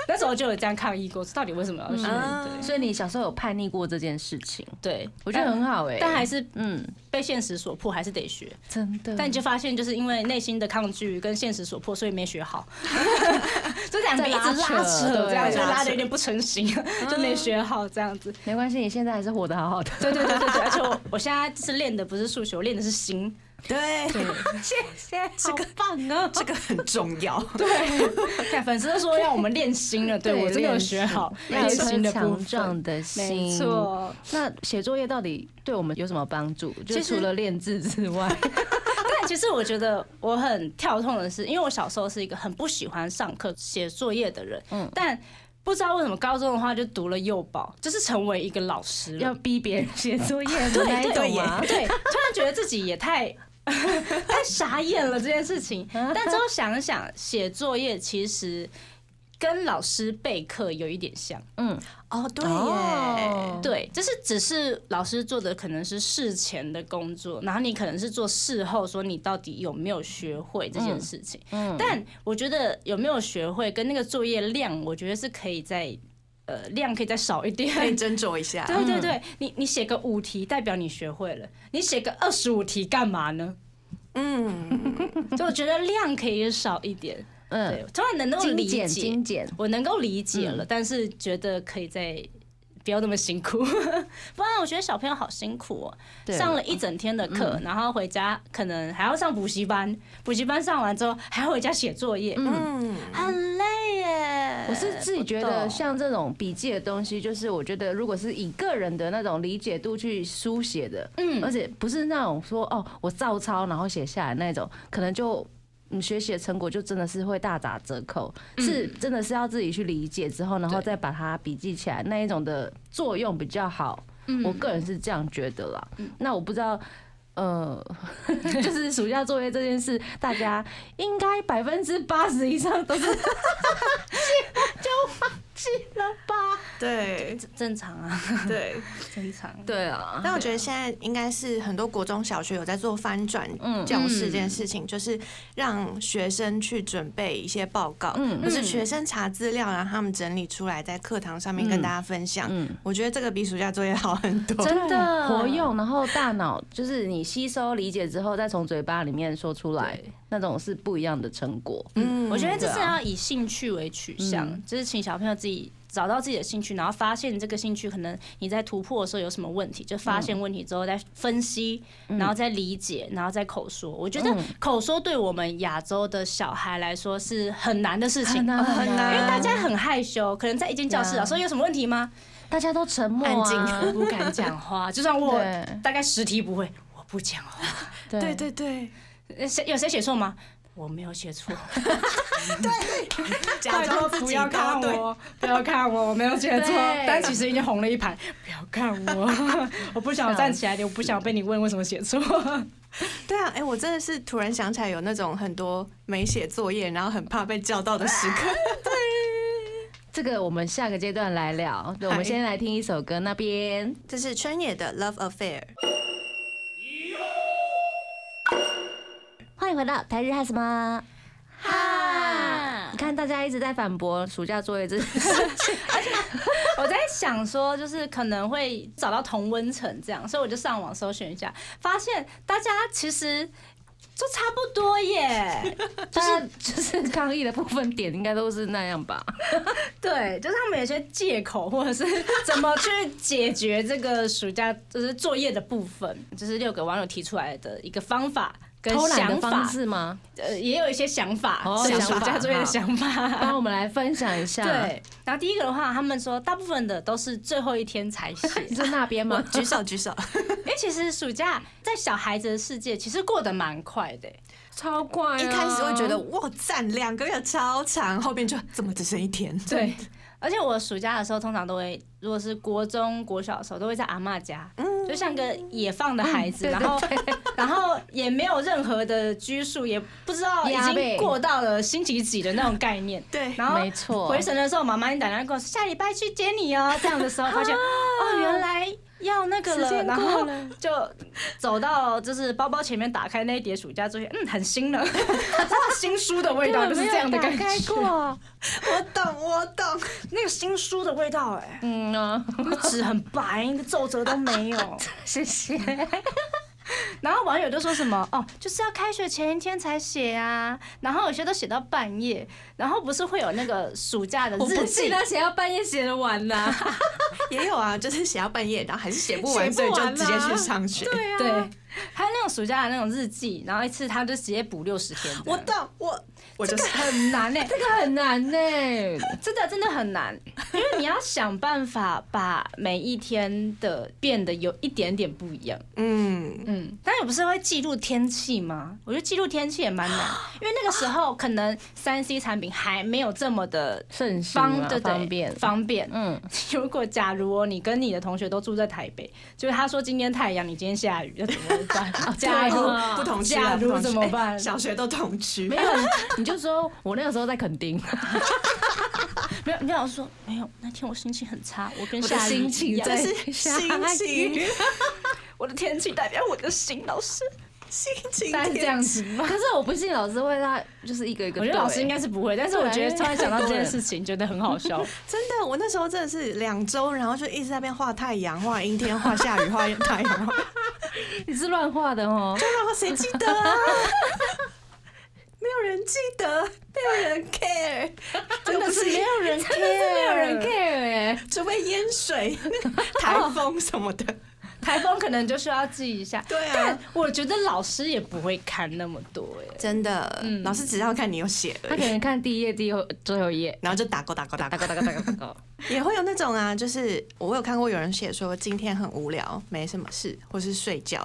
[SPEAKER 3] 那时候就有这样抗议过，到底为什么要学？
[SPEAKER 2] 嗯
[SPEAKER 5] 对
[SPEAKER 1] 所以你小时候有叛逆过这件事情，
[SPEAKER 3] 对，
[SPEAKER 1] 我觉得很好哎、
[SPEAKER 3] 但还是
[SPEAKER 1] 嗯，
[SPEAKER 3] 被现实所迫，还是得学。
[SPEAKER 1] 真的，
[SPEAKER 3] 但你就发现，就是因为内心的抗拒跟现实所迫，所以没学 好，就两个一直
[SPEAKER 1] 在拉扯
[SPEAKER 3] 拉扯，这嗯样
[SPEAKER 1] 对
[SPEAKER 3] 就
[SPEAKER 2] 拉
[SPEAKER 3] 拉
[SPEAKER 2] 扯
[SPEAKER 3] 的有点不成形，就没学好这样子。
[SPEAKER 1] 没关系，你现在还是活得好好的。
[SPEAKER 3] 对对对对对，而且我我现在就是练的不是数学，我练的是心。
[SPEAKER 2] 对，
[SPEAKER 3] 谢谢，这个棒啊！
[SPEAKER 2] 这个很重要。
[SPEAKER 3] 对，粉丝都说要我们练心 了，对
[SPEAKER 1] 对
[SPEAKER 3] 我真的有
[SPEAKER 1] 练
[SPEAKER 3] 学好，
[SPEAKER 1] 要有
[SPEAKER 3] 练
[SPEAKER 1] 一
[SPEAKER 3] 心
[SPEAKER 1] 颗
[SPEAKER 3] 的部
[SPEAKER 1] 强
[SPEAKER 3] 分。
[SPEAKER 1] 壮的心，
[SPEAKER 3] 没。错，
[SPEAKER 1] 那写作业到底对我们有什么帮助？就
[SPEAKER 3] 其
[SPEAKER 1] 除
[SPEAKER 3] 实
[SPEAKER 1] 了练字之 外，
[SPEAKER 3] 啊但其实我觉得我很跳痛的是，因为我小时候是一个很不喜欢上课写作业的人，
[SPEAKER 1] 嗯
[SPEAKER 3] 但不知道为什么高中的话就读了幼保，就是成为一个老师了
[SPEAKER 1] 要。逼别人写作业的
[SPEAKER 3] 对
[SPEAKER 1] 那一
[SPEAKER 3] 对
[SPEAKER 1] 种
[SPEAKER 3] 耶
[SPEAKER 1] 吗？
[SPEAKER 3] 啊对，突然觉得自己也太 太傻眼了这件事情。
[SPEAKER 2] 嗯
[SPEAKER 3] 但之后想一想，写作业其实跟老师备课有一点像，
[SPEAKER 1] 嗯，
[SPEAKER 2] 哦，对
[SPEAKER 1] 哦
[SPEAKER 2] 耶，
[SPEAKER 3] 对，就是只是老师做的可能是事前的工作，然后你可能是做事后，说你到底有没有学会这件事情。
[SPEAKER 1] 嗯
[SPEAKER 3] 但我觉得有没有学会跟那个作业量，我觉得是可以再呃量可以再少一点，
[SPEAKER 2] 可以斟酌一下。
[SPEAKER 3] 对对对，你你写个五题代表你学会了，你写个二十五题干嘛呢？
[SPEAKER 2] 嗯，
[SPEAKER 3] 所以我觉得量可以少一点，对，
[SPEAKER 1] 嗯，
[SPEAKER 3] 突然能够理
[SPEAKER 1] 精简
[SPEAKER 3] 解，
[SPEAKER 1] 精嗯简，
[SPEAKER 3] 我能够理解了，但是觉得可以再不要那么辛苦， 不然我觉得小朋友好辛苦哦，
[SPEAKER 1] 对嗯
[SPEAKER 3] 上了一整天的课，然后回家可能还要上补习班，补习班上完之后还要回家写作业，
[SPEAKER 2] 嗯，
[SPEAKER 3] 很累耶。
[SPEAKER 1] 我是自己觉
[SPEAKER 3] 不
[SPEAKER 1] 得，
[SPEAKER 3] 懂
[SPEAKER 1] 像这种笔记的东西，就是我觉得如果是以个人的那种理解度去书写的，
[SPEAKER 3] 嗯
[SPEAKER 1] 而且不是那种说哦，我照抄然后写下来那种，可能就你学习的成果就真的是会大打折扣，是真的是要自己去理解之后，然后
[SPEAKER 3] 对
[SPEAKER 1] 再把它笔记起来，那一种的作用比较好。我个人是这样觉得啦。那我不知道。呃， 就是暑假作业这件事，大家应该百分之八十以上都是
[SPEAKER 2] 对
[SPEAKER 3] 正常啊，
[SPEAKER 2] 对。
[SPEAKER 3] 正常。
[SPEAKER 5] 对啊，
[SPEAKER 2] 但我觉得现在应该是很多国中小学有在做翻转教室这件事情，就是让学生去准备一些报告，或是学生查资料，然后他们整理出来，在课堂上面跟大家分享。我觉得这个比暑假作业好很多。
[SPEAKER 1] 真
[SPEAKER 3] 的
[SPEAKER 1] 活用，然后大脑就是你吸收理解之后，再从嘴巴里面说出来，那种是不一样的成果。
[SPEAKER 2] 嗯
[SPEAKER 3] 我觉得这是
[SPEAKER 1] 对啊
[SPEAKER 3] 要以兴趣为取向，就是请小朋友自己找到自己的兴趣，然后发现这个兴趣可能你在突破的时候有什么问题，就发现问题之后再分析，然后再理解，然后再口说。我觉得口说对我们亚洲的小孩来说是很难啊的事情。
[SPEAKER 1] 哦难
[SPEAKER 2] 很
[SPEAKER 3] 因
[SPEAKER 2] 难
[SPEAKER 3] 为大家很害羞，可能在一间教室，
[SPEAKER 1] 对啊
[SPEAKER 3] 老师有什么问题吗？
[SPEAKER 1] 大家都沉默、啊，
[SPEAKER 3] 安静，不敢讲话。就算我
[SPEAKER 1] 对
[SPEAKER 3] 大概十题不会，我不讲话。
[SPEAKER 1] 对
[SPEAKER 2] 对对对，
[SPEAKER 3] 呃谁有谁写错吗？我没有写错。
[SPEAKER 2] 假装自
[SPEAKER 3] 不
[SPEAKER 2] 己
[SPEAKER 3] 要
[SPEAKER 2] 答
[SPEAKER 3] 看
[SPEAKER 2] 对，
[SPEAKER 3] 我，不要看我，我没有写错
[SPEAKER 1] 对，
[SPEAKER 3] 但其实已经红了一盘。不要看我， 我不想站起来，我不想被你问为什么写错。
[SPEAKER 2] 对啊，哎、我真的是突然想起来有那种很多没写作业，然后很怕被叫到的时刻。
[SPEAKER 1] 这个我们下个阶段来聊。对，我们
[SPEAKER 2] 嗨
[SPEAKER 1] 先来听一首歌，那边
[SPEAKER 2] 这是春野的《Love Affair》。
[SPEAKER 1] 欢迎回到台日哈什么。哈！你看，大家一直在反驳暑假作业这件 事，
[SPEAKER 3] 我在想说，就是可能会找到同温层这样，所以我就上网搜寻一下，发现大家其实就差不多耶。
[SPEAKER 1] 就是就是抗议的部分点，应该都是那样吧？
[SPEAKER 3] 对，就是他们有些借口，或 者是怎么去解决这个暑假就是作业的部分，就是六个网友提出来的一个方法。跟
[SPEAKER 5] 偷懒的
[SPEAKER 3] 想
[SPEAKER 5] 方
[SPEAKER 3] 法，
[SPEAKER 5] 式 吗？
[SPEAKER 3] 呃，也有一些想法，
[SPEAKER 5] 哦
[SPEAKER 3] 对
[SPEAKER 5] 想
[SPEAKER 3] 暑
[SPEAKER 5] 法
[SPEAKER 3] 假作业的
[SPEAKER 5] 好
[SPEAKER 3] 想法。
[SPEAKER 5] 帮我们来分享一下。，
[SPEAKER 3] 对，然后第一个的话，他们说大部分的都是最后一天才 写，
[SPEAKER 5] 你是那边吗？
[SPEAKER 2] 举手举 手，
[SPEAKER 3] 因为其实暑假在小孩子的世界其实过得蛮快的、
[SPEAKER 5] 超快啊、
[SPEAKER 3] 哎
[SPEAKER 2] 一开始会觉得哇赞，两个月超长，后面就怎么只剩一天？
[SPEAKER 3] 对，而且我暑假的时候通常都会，如果是国中、国小的时候，都会在阿嬷家，就像个野放的孩子，
[SPEAKER 5] 嗯对
[SPEAKER 3] 然后 然后也没有任何的拘束，也不知道已
[SPEAKER 5] 压
[SPEAKER 3] 经
[SPEAKER 5] 力
[SPEAKER 3] 过到了星期几的那种概念。
[SPEAKER 2] 对，
[SPEAKER 3] 然后
[SPEAKER 5] 没错
[SPEAKER 3] 回神的时候，妈妈你打电话跟我说下礼拜去接你哦。这样的时候发现，哦，原来要那个
[SPEAKER 5] 啊时
[SPEAKER 3] 了，
[SPEAKER 5] 间
[SPEAKER 3] 然
[SPEAKER 5] 过
[SPEAKER 3] 后
[SPEAKER 5] 了
[SPEAKER 3] 就走到就是包包前面打开那一叠暑假作业，嗯，很新了， 新书的味道就是这样的感觉，
[SPEAKER 5] 过。
[SPEAKER 2] 我懂我懂，
[SPEAKER 3] 那个新书的味道、哎。
[SPEAKER 5] 嗯啊，
[SPEAKER 3] 那纸很白，一个皱褶都没 有。
[SPEAKER 5] 谢谢。
[SPEAKER 3] 然后网友就说什么哦，就是要开学前一天才写啊，然后有些都写到半夜，然后不是会有那个暑假的
[SPEAKER 5] 我不
[SPEAKER 3] 日
[SPEAKER 5] 记
[SPEAKER 3] 记。
[SPEAKER 5] 得写到半夜写的完啦、
[SPEAKER 2] 也有啊，就是写到半夜，然后还是写不完，
[SPEAKER 5] 写
[SPEAKER 2] 所
[SPEAKER 5] 不
[SPEAKER 2] 以就
[SPEAKER 5] 完
[SPEAKER 2] 直接
[SPEAKER 5] 啦
[SPEAKER 2] 去上学。对，
[SPEAKER 3] 对，啊还有那种暑假的那种日记，然后一次他就直接补六十天的，
[SPEAKER 2] 我懂我我就
[SPEAKER 3] 这
[SPEAKER 2] 是
[SPEAKER 3] 个很难欸呢、
[SPEAKER 5] 这个很难呢、
[SPEAKER 3] 真的真的很难，因为你要想办法把每一天的变得有一点点不一样。
[SPEAKER 2] 嗯，
[SPEAKER 3] 嗯，但也不是会记录天气吗？我觉得记录天气也 蛮难，因为那个时候可能三 C 产品还没有这么的
[SPEAKER 5] 盛行
[SPEAKER 3] 方
[SPEAKER 5] 啊，
[SPEAKER 3] 对对
[SPEAKER 5] 方便。
[SPEAKER 3] 方便。
[SPEAKER 5] 嗯，
[SPEAKER 3] 如果假如哦，你跟你的同学都住在台北，就是他说今天太阳，你今天下雨，那怎么 办？假如
[SPEAKER 2] 不同区啊
[SPEAKER 3] 假
[SPEAKER 2] 不
[SPEAKER 3] 如
[SPEAKER 2] 同区
[SPEAKER 3] 怎么
[SPEAKER 2] 哎
[SPEAKER 3] 办？
[SPEAKER 2] 小学都同区
[SPEAKER 5] 没，有， 你就说我那个时候在垦丁，
[SPEAKER 3] 没有，你老师说没有，那天我心情很差，我跟
[SPEAKER 5] 我的
[SPEAKER 3] 下雨
[SPEAKER 5] 心情
[SPEAKER 3] 一样
[SPEAKER 2] 这
[SPEAKER 5] 在
[SPEAKER 2] 是
[SPEAKER 5] 下
[SPEAKER 2] 心情
[SPEAKER 5] 雨
[SPEAKER 3] 我的天气代表我的心，老师
[SPEAKER 2] 心情
[SPEAKER 3] 大概是这样子吧
[SPEAKER 5] 可。是我不信老师会让，就是一个一个
[SPEAKER 3] 我
[SPEAKER 5] 对欸。
[SPEAKER 3] 觉得老师应该是不会，但是
[SPEAKER 5] 对
[SPEAKER 3] 我
[SPEAKER 5] 啊
[SPEAKER 3] 觉
[SPEAKER 5] 因
[SPEAKER 3] 得
[SPEAKER 5] 为
[SPEAKER 3] 突然想到
[SPEAKER 5] 太多
[SPEAKER 3] 这件
[SPEAKER 5] 人
[SPEAKER 3] 事情，觉得很好笑。
[SPEAKER 2] 真的，我那时候真的是两周，然后就一直在那边画太阳、画阴天、画下雨、画太阳，就
[SPEAKER 5] 你是乱画的哦。
[SPEAKER 2] 让我谁记得啊？没有人记得，没有人 care，真的是没有人 care，
[SPEAKER 5] 没有人 care 哎、
[SPEAKER 2] 除非淹水、台风什么的。
[SPEAKER 3] 台风可能就需要记一下，
[SPEAKER 2] 对啊
[SPEAKER 3] 但我觉得老师也不会看那么多哎、
[SPEAKER 2] 真的，老师只要看你有写
[SPEAKER 5] 他
[SPEAKER 2] 而
[SPEAKER 5] 可
[SPEAKER 2] 已，
[SPEAKER 5] 能看第一页、第一后最后一页，
[SPEAKER 2] 然后就打勾打勾打
[SPEAKER 5] 打
[SPEAKER 2] 勾
[SPEAKER 5] 个。打个打个打个。
[SPEAKER 2] 也会有那种啊，就是我有看过有人写说今天很无聊，没什么事，或是睡觉，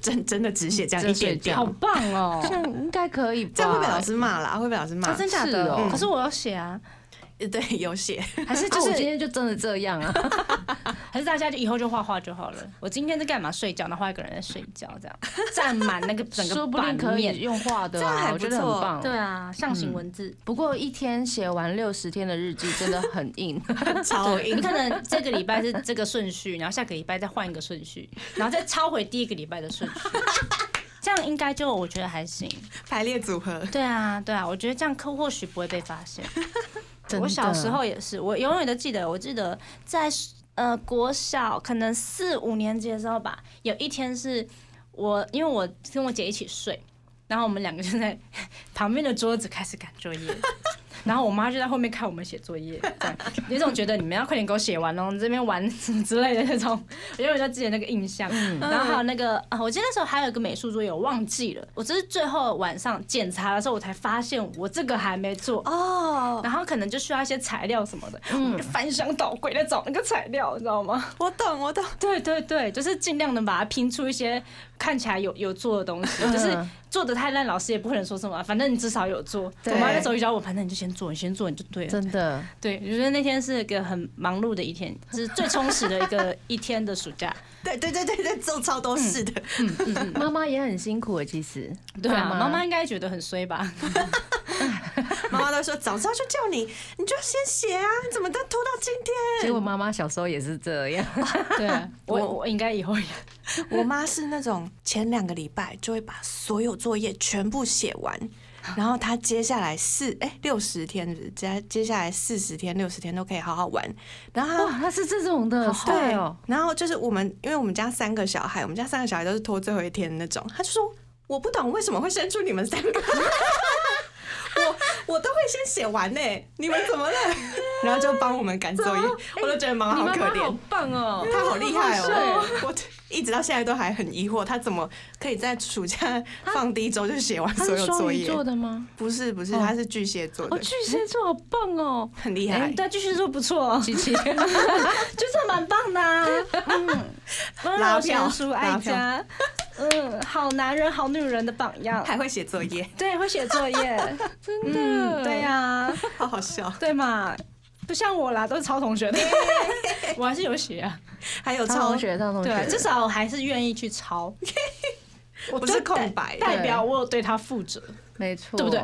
[SPEAKER 2] 真真的只写这样一点
[SPEAKER 5] 嗯，
[SPEAKER 2] 点
[SPEAKER 3] 好棒哦、
[SPEAKER 5] 这样应该可以吧？
[SPEAKER 2] 这样会被老师骂啦，会被老师骂。
[SPEAKER 3] 真假
[SPEAKER 5] 是
[SPEAKER 3] 的？
[SPEAKER 5] 哦
[SPEAKER 2] 嗯
[SPEAKER 3] 可是我要写啊，
[SPEAKER 2] 对，有写，
[SPEAKER 3] 还是
[SPEAKER 5] 啊
[SPEAKER 3] 就
[SPEAKER 5] 我今
[SPEAKER 3] 是、
[SPEAKER 5] 天就真的这样啊！
[SPEAKER 3] 还是大家就以后就画画就好了。我今天在干嘛？睡觉，然后画一个人在睡觉，这样占满那个整
[SPEAKER 5] 说
[SPEAKER 3] 个
[SPEAKER 5] 不定
[SPEAKER 3] 版
[SPEAKER 5] 可以
[SPEAKER 3] 面。
[SPEAKER 5] 用画的、
[SPEAKER 2] 这样还
[SPEAKER 5] 啊，
[SPEAKER 2] 不
[SPEAKER 5] 我觉得很
[SPEAKER 2] 错
[SPEAKER 5] 棒。
[SPEAKER 3] 对，啊，象形文字。
[SPEAKER 5] 不过一天写完六十天的日记真的很硬，
[SPEAKER 2] 超硬
[SPEAKER 3] 你。可能这个礼拜是这个顺序，然后下个礼拜再换一个顺序，然后再抄回第一个礼拜的顺序，这样应该就我觉得还行。
[SPEAKER 2] 排列组合，
[SPEAKER 3] 对啊，对啊，我觉得这样客或许不会被发现。
[SPEAKER 5] 真的
[SPEAKER 3] 我小时候也是，我永远都记得，我记得在呃国小可能四五年级的时候吧，有一天是我因为我跟我姐一起睡，然后我们两个就在旁边的桌子开始赶作业。 然后我妈就在后面看我们写作业，这样有一种觉得你们要快点给我写完哦，你这边玩什么之类的那种，我永远都记得那个印象。
[SPEAKER 5] 嗯
[SPEAKER 3] 然后还有那个啊，我记得那时候还有一个美术作业，我忘记了，我只是最后晚上检查的时候，我才发现我这个还没做
[SPEAKER 2] 哦，
[SPEAKER 3] 然后可能就需要一些材料什么的，我们就翻箱倒柜在找那个材料，你知道吗？
[SPEAKER 2] 我懂，我懂，
[SPEAKER 3] 对对对，就是尽量能把它拼出一些看起来有有做的东西，就是做的太烂，老师也不可能说什么，啊反正你至少有做。我
[SPEAKER 5] 对
[SPEAKER 3] 妈那时候就教我，反正你就先做，你先做你就对了。
[SPEAKER 5] 真的。
[SPEAKER 3] 对，我觉得那天是一个很忙碌的一天，是最充实的一个一天的暑假。
[SPEAKER 2] 对对对对对，做超多事的，
[SPEAKER 5] 妈妈也很辛苦的，其实。
[SPEAKER 3] 对啊，
[SPEAKER 5] 爸
[SPEAKER 3] 妈妈应该觉得很衰 吧？
[SPEAKER 2] 妈妈都说早知道就叫你，你就先写啊，你怎么都拖到今
[SPEAKER 5] 结
[SPEAKER 2] 天？
[SPEAKER 5] 果妈妈小时候也是这样，
[SPEAKER 3] 对啊，我
[SPEAKER 2] 我
[SPEAKER 3] 我应该以后也
[SPEAKER 2] 我妈是那种前两个礼拜就会把所有作业全部写完，然后她接下来四哎六十天是不是，接接下来四十天六十天都可以好好玩，然后
[SPEAKER 5] 哇，
[SPEAKER 2] 她。
[SPEAKER 5] 她是这种的，
[SPEAKER 2] 对
[SPEAKER 1] 哎
[SPEAKER 5] 对哦，，
[SPEAKER 2] 然后就是我们，因为我们家三个小孩，我们家三个小孩都是拖最后一天的那种。她就说：“我不懂为什么会生出你们三个， 我我都会先写完呢、你们怎么了？”然后就帮我们赶作业，我都觉得妈妈
[SPEAKER 5] 你
[SPEAKER 2] 好
[SPEAKER 5] 妈
[SPEAKER 2] 可
[SPEAKER 5] 妈
[SPEAKER 2] 怜
[SPEAKER 5] 好，棒哦，
[SPEAKER 2] 她好厉害哦！我一直到现在都还很疑惑，他怎么可以在暑假放第一周就写完
[SPEAKER 1] 他
[SPEAKER 2] 所
[SPEAKER 1] 是
[SPEAKER 2] 有
[SPEAKER 1] 双
[SPEAKER 2] 作
[SPEAKER 1] 鱼
[SPEAKER 2] 业？
[SPEAKER 1] 座的吗？
[SPEAKER 2] 不是不是，
[SPEAKER 1] 哦
[SPEAKER 2] 他是巨蟹座
[SPEAKER 1] 哦，
[SPEAKER 2] 的，
[SPEAKER 1] 巨蟹座好棒哦！
[SPEAKER 2] 很厉
[SPEAKER 3] 哎
[SPEAKER 2] 害。
[SPEAKER 3] 对，继续说不错哦，
[SPEAKER 5] 琪琪，
[SPEAKER 3] 就是蛮棒的、 啊。嗯，温
[SPEAKER 2] 拉
[SPEAKER 3] 柔
[SPEAKER 2] 票
[SPEAKER 3] 贤淑
[SPEAKER 2] 拉
[SPEAKER 3] 爱
[SPEAKER 2] 票
[SPEAKER 3] 家， 嗯，好男人好女人的榜样。
[SPEAKER 2] 还会写作业，
[SPEAKER 3] 对，会写作业， 真的，对呀、
[SPEAKER 2] 好好笑。
[SPEAKER 3] 对嘛，不像我啦，都是抄同学的， 我还是有写啊，
[SPEAKER 2] 还有
[SPEAKER 1] 张
[SPEAKER 2] 超
[SPEAKER 1] 同学，张同
[SPEAKER 3] 对啊，
[SPEAKER 1] 学，
[SPEAKER 3] 至少我还是愿意去抄，我
[SPEAKER 2] 不
[SPEAKER 3] 就是代
[SPEAKER 2] 空白的，
[SPEAKER 3] 代表我有对他负责，
[SPEAKER 1] 没错，
[SPEAKER 3] 对不对？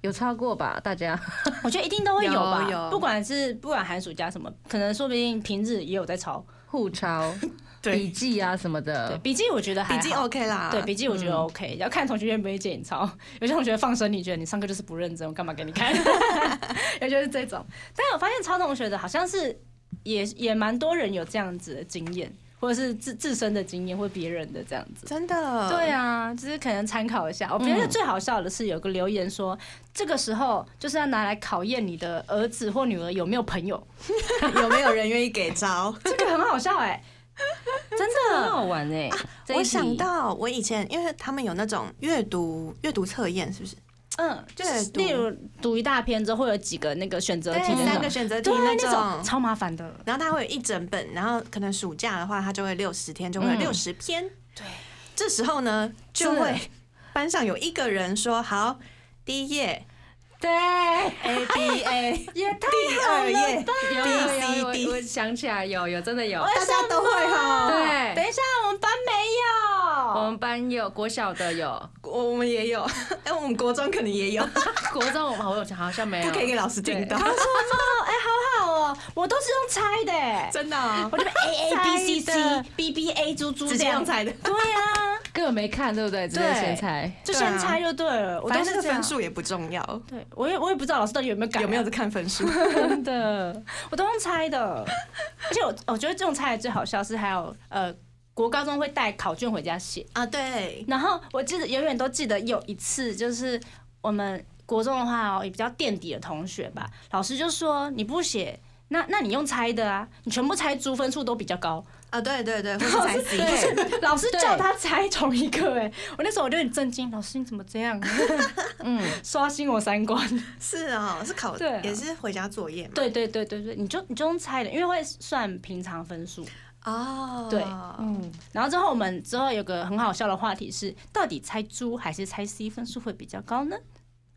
[SPEAKER 1] 有超过吧，大家
[SPEAKER 3] 我觉得一定都会有吧，
[SPEAKER 2] 有有
[SPEAKER 3] 不管是不管寒暑假什么，可能说不定平日也有在抄，
[SPEAKER 1] 互抄笔
[SPEAKER 2] 对
[SPEAKER 1] 记啊什么
[SPEAKER 3] 对，
[SPEAKER 1] 的，
[SPEAKER 3] 嗯笔记我哦觉得还
[SPEAKER 2] 笔
[SPEAKER 3] 好
[SPEAKER 2] 记 OK 啦。
[SPEAKER 3] 对笔记我觉
[SPEAKER 2] 嗯
[SPEAKER 3] 得 OK，、要看同学愿不愿意借你抄。有些同学放生你，觉得你上课就是不认真，我干嘛给你看？ 也就是这种。但我发现抄同学的好像是也也蛮多人有这样子的经验，或者是自自身的经验，或别人的这样子。
[SPEAKER 2] 真的
[SPEAKER 3] 对啊，就是可能参考一下。我觉得
[SPEAKER 1] 嗯
[SPEAKER 3] 最好笑的是有个留言说，这个时候就是要拿来考验你的儿子或女儿有没有朋友，
[SPEAKER 2] 有没有人愿意给招？
[SPEAKER 3] 这个很好笑哎、真
[SPEAKER 5] 很
[SPEAKER 3] 的。
[SPEAKER 5] 好玩哎、这一
[SPEAKER 2] 我
[SPEAKER 5] 题
[SPEAKER 2] 想到我以前，因为他们有那种阅读阅读测验，是不是？
[SPEAKER 3] 嗯，就是
[SPEAKER 2] 阅读
[SPEAKER 3] 例如读一大篇之后，会有几个那个选择题的那
[SPEAKER 2] 三
[SPEAKER 3] 种
[SPEAKER 2] 个选择题
[SPEAKER 3] 对
[SPEAKER 2] 啊那
[SPEAKER 3] 种
[SPEAKER 2] 种。
[SPEAKER 3] 超麻烦的。
[SPEAKER 2] 然后他会有一整本，然后可能暑假的话，他就会六十天就会
[SPEAKER 3] 嗯
[SPEAKER 2] 六十篇。
[SPEAKER 3] 对，
[SPEAKER 2] 这时候呢，就会班上有一个人说：“好，第一页
[SPEAKER 3] 对
[SPEAKER 2] A B A，
[SPEAKER 3] 也太
[SPEAKER 2] 第二页
[SPEAKER 5] 有
[SPEAKER 2] B
[SPEAKER 5] 有
[SPEAKER 2] C
[SPEAKER 5] 有有，我
[SPEAKER 2] D，
[SPEAKER 5] 我想起来有有真的有，
[SPEAKER 2] 大家都会哈。
[SPEAKER 5] 对，
[SPEAKER 3] 等一下，我们班
[SPEAKER 5] 我
[SPEAKER 3] 没有。
[SPEAKER 5] 们班有国小的有，
[SPEAKER 2] 我我们也有， 哎，我们国中可能也有，
[SPEAKER 5] 国中我们好像好像没有，
[SPEAKER 2] 不可以给老师听到，
[SPEAKER 3] 好哦，我都是用猜的欸，
[SPEAKER 2] 真的哦，
[SPEAKER 3] 我这边 A A B C
[SPEAKER 5] 猜的
[SPEAKER 3] C B B A 猪猪
[SPEAKER 2] 直
[SPEAKER 3] 这
[SPEAKER 2] 接
[SPEAKER 3] 样
[SPEAKER 2] 用。猜的。
[SPEAKER 3] 对啊，
[SPEAKER 1] 根本没看，对不对？直接
[SPEAKER 3] 对
[SPEAKER 1] 先猜，
[SPEAKER 3] 就先猜就对了。我
[SPEAKER 2] 反
[SPEAKER 3] 都
[SPEAKER 2] 正
[SPEAKER 3] 是
[SPEAKER 2] 那
[SPEAKER 3] 这
[SPEAKER 2] 个
[SPEAKER 3] 样
[SPEAKER 2] 分。数也不重要，
[SPEAKER 3] 对，我也我也不知道老师到底有没有改啊，
[SPEAKER 2] 有没有在看分数？
[SPEAKER 3] 真的， 我都用猜的。而且我我觉得这种猜的最好笑是还有呃，国高中会带考卷回家写。
[SPEAKER 2] 啊，对，
[SPEAKER 3] 然后我记得永远都记得有一次，就是我们国中的话哦，也比较垫底的同学吧，老师就说你不写。那那你用猜的啊，你全部猜猪分数都比较高，
[SPEAKER 2] 啊，对对对，或是猜 C，
[SPEAKER 3] 不
[SPEAKER 2] 对
[SPEAKER 3] 是老师
[SPEAKER 1] 对
[SPEAKER 3] 叫他猜同一个哎、我那时候我就很震惊，老师你怎么这样？
[SPEAKER 1] 嗯，
[SPEAKER 3] 刷新我三观。
[SPEAKER 2] 是哦，是考，
[SPEAKER 3] 对啊
[SPEAKER 2] 也是回家作业嘛。
[SPEAKER 3] 对对对对对，你就你就用猜的，因为会算平常分数。
[SPEAKER 2] 哦，
[SPEAKER 3] 对嗯，然后之后我们之后有个很好笑的话题是，到底猜猪还是猜 C 分数会比较高呢？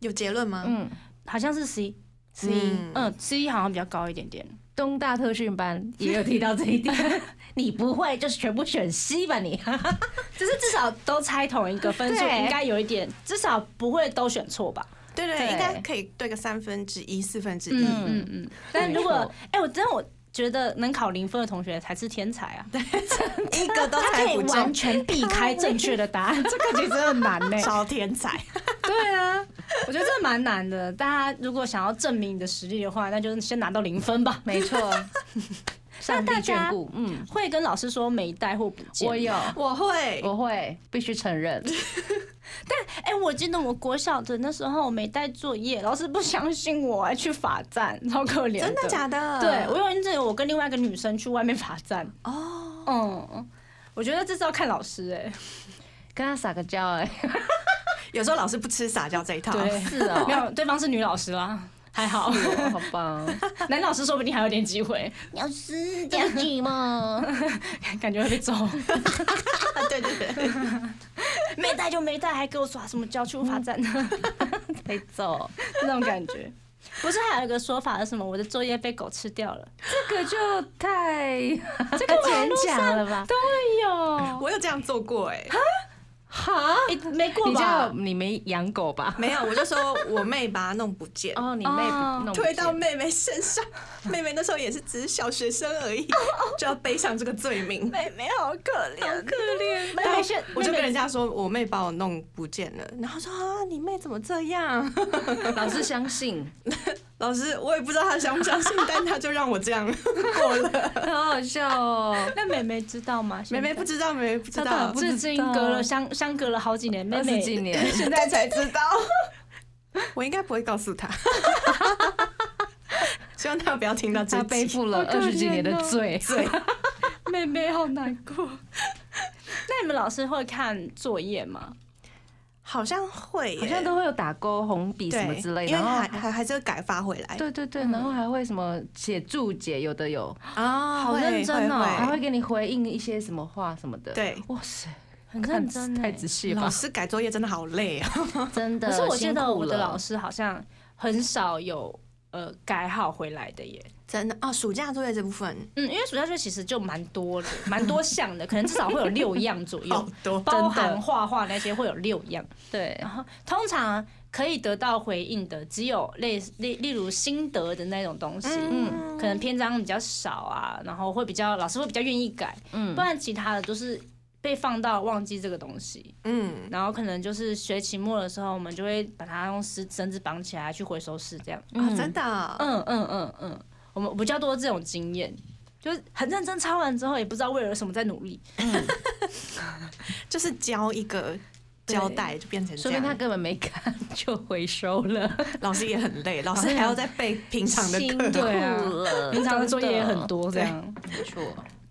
[SPEAKER 2] 有结论吗？
[SPEAKER 1] 嗯，
[SPEAKER 3] 好像是 C，
[SPEAKER 2] C，
[SPEAKER 3] 嗯，C 好像比较高一点点。
[SPEAKER 1] 东大特训班也有提到这一点，你不会就是全部选 C 吧你？
[SPEAKER 3] 就是至少都猜同一个分数，
[SPEAKER 1] 对
[SPEAKER 3] 应该有一点，至少不会都选错吧？
[SPEAKER 2] 对对，
[SPEAKER 1] 对
[SPEAKER 2] 应该可以对个三分之一、四分之一。
[SPEAKER 1] 嗯
[SPEAKER 3] 嗯嗯。但如果
[SPEAKER 1] 没错
[SPEAKER 3] 哎、我真的我觉得能考零分的同学才是天才啊，
[SPEAKER 2] 一个 都
[SPEAKER 3] 他
[SPEAKER 2] 猜
[SPEAKER 3] 可以
[SPEAKER 2] 不
[SPEAKER 3] 完
[SPEAKER 2] 中，
[SPEAKER 3] 全避开正确的答 案，这个其实很难呢、
[SPEAKER 2] 超天才。
[SPEAKER 3] 对啊，我觉得这蛮难的。大家如果想要证明你的实力的话，那就是先拿到零分吧。
[SPEAKER 1] 没 错，上帝
[SPEAKER 3] 大家
[SPEAKER 1] 眷顾，嗯，
[SPEAKER 3] 会跟老师说没带或不见吗，
[SPEAKER 1] 我有，
[SPEAKER 2] 我会，
[SPEAKER 1] 我会必须承认，
[SPEAKER 3] 哎、我记得我国小的那时候我没带作业，老师不相信我，还去罚站，超可怜
[SPEAKER 2] 真的假的？
[SPEAKER 3] 对，我有一阵我跟另外一个女生去外面罚站。
[SPEAKER 2] 哦，
[SPEAKER 3] 嗯，我觉得这是要看老师哎、
[SPEAKER 1] 跟他撒个娇哎，
[SPEAKER 2] 有时候老师不吃撒娇这一套。
[SPEAKER 3] 对，
[SPEAKER 1] 是哦
[SPEAKER 3] 没，有，对方是女老师啦，还好，
[SPEAKER 1] 哦好棒，
[SPEAKER 3] 男老师说不定还有点机会，
[SPEAKER 4] 老师，了解吗？
[SPEAKER 3] 感觉会被揍。
[SPEAKER 2] 对对对，
[SPEAKER 3] 没带就没带，还给我耍什么娇去罚站
[SPEAKER 1] 嗯可以走，
[SPEAKER 3] 那种感觉。不是还有一个说法是什么？我的作业被狗吃掉了，
[SPEAKER 1] 这个就太
[SPEAKER 3] 这个
[SPEAKER 1] 牵
[SPEAKER 3] 网络
[SPEAKER 1] 强
[SPEAKER 3] 上
[SPEAKER 1] 了吧？
[SPEAKER 3] 都有，
[SPEAKER 2] 我有这样做过哎，
[SPEAKER 1] 哈，
[SPEAKER 3] 诶哎没过
[SPEAKER 1] 你叫
[SPEAKER 3] 吧？
[SPEAKER 1] 你没养狗吧？
[SPEAKER 2] 没有，我就说我妹把它弄不见。
[SPEAKER 1] 哦，你妹
[SPEAKER 3] 哦
[SPEAKER 1] 弄不
[SPEAKER 2] 推到
[SPEAKER 1] 见
[SPEAKER 2] 妹妹身上，妹妹那时候也是只是小学生而已，就要背上这个罪名。
[SPEAKER 3] 妹妹好可怜，哦好可怜。妹
[SPEAKER 2] 然后
[SPEAKER 3] 妹现
[SPEAKER 2] 我就
[SPEAKER 3] 妹妹
[SPEAKER 2] 跟人家说，我妹把我弄不见了，然后说啊，你妹怎么这样？
[SPEAKER 5] 老师相信，
[SPEAKER 2] 老师，我也不知道她相不相信，但她就让我这样过了。
[SPEAKER 5] 好好笑哦。
[SPEAKER 3] 那妹妹知道吗？
[SPEAKER 2] 妹妹不知道，妹妹不知道，
[SPEAKER 3] 至今隔了相相隔了好几年，妹
[SPEAKER 5] 二
[SPEAKER 3] 妹
[SPEAKER 5] 十几年，
[SPEAKER 2] 现在才知 道。我应该不会告 诉她，希望她不要听到这
[SPEAKER 1] 他背
[SPEAKER 2] 集。
[SPEAKER 1] 负了
[SPEAKER 3] 好可
[SPEAKER 1] 二十几年的
[SPEAKER 3] 怜哦
[SPEAKER 1] 罪，
[SPEAKER 3] 妹妹好难过。 那你们老师会看作业吗？
[SPEAKER 2] 好像会耶，
[SPEAKER 1] 好像都会有打勾、红笔什么之类
[SPEAKER 2] 对
[SPEAKER 1] 的，
[SPEAKER 2] 因为
[SPEAKER 1] 然
[SPEAKER 2] 还
[SPEAKER 1] 后。
[SPEAKER 2] 还还是会改发回来
[SPEAKER 1] 对对对，然后还会什么写注解，有的有，
[SPEAKER 2] 啊
[SPEAKER 3] 好
[SPEAKER 2] 会
[SPEAKER 3] 认真
[SPEAKER 2] 会
[SPEAKER 3] 哦
[SPEAKER 2] 会
[SPEAKER 1] 还会给你回应一些什么话什么的。，
[SPEAKER 2] 对，
[SPEAKER 1] 哇塞，
[SPEAKER 3] 很
[SPEAKER 1] 看
[SPEAKER 3] 认真欸，
[SPEAKER 1] 太仔细了
[SPEAKER 2] 老
[SPEAKER 1] 吧，
[SPEAKER 2] 师改作业真的好累啊，
[SPEAKER 1] 真 的。
[SPEAKER 3] 可是我记得我的老
[SPEAKER 1] 师，
[SPEAKER 3] 师好像很少有呃改好回来的耶。
[SPEAKER 2] 真的哦。暑假作业这部分
[SPEAKER 3] 嗯，因为暑假作业其实就蛮多的，蛮多项的，可能至少会有六样左
[SPEAKER 2] 好
[SPEAKER 3] 右，
[SPEAKER 2] 多，
[SPEAKER 3] 包含画画那些会有六样。
[SPEAKER 5] 对，
[SPEAKER 3] 然后通常可以得到回应的只有类似例例如心得的那种东西，嗯，可能篇章比较少啊，然后会比较老师会比较愿意改，
[SPEAKER 1] 嗯
[SPEAKER 3] 不，然其他的都是被放到忘记这个东西，
[SPEAKER 2] 嗯，
[SPEAKER 3] 然后可能就是学期末的时候，我们就会把它用丝绳子绑起来去回收室这样。
[SPEAKER 2] 啊，真的啊，
[SPEAKER 3] 嗯嗯嗯嗯，我们比较多这种经验。就是很认真抄完之后，也不知道为了什么在努力，
[SPEAKER 2] 就是交一个交代就变成
[SPEAKER 1] 说
[SPEAKER 2] 这
[SPEAKER 1] 明他
[SPEAKER 2] 样，
[SPEAKER 1] 根本没看就回收了，
[SPEAKER 2] 老师也 很累，老师还要再备平常的
[SPEAKER 1] 辛
[SPEAKER 2] 课，
[SPEAKER 1] 苦
[SPEAKER 3] 对啊
[SPEAKER 1] 了。
[SPEAKER 3] 平常的作业也很
[SPEAKER 1] 真的，
[SPEAKER 3] 多这样。
[SPEAKER 1] 没错。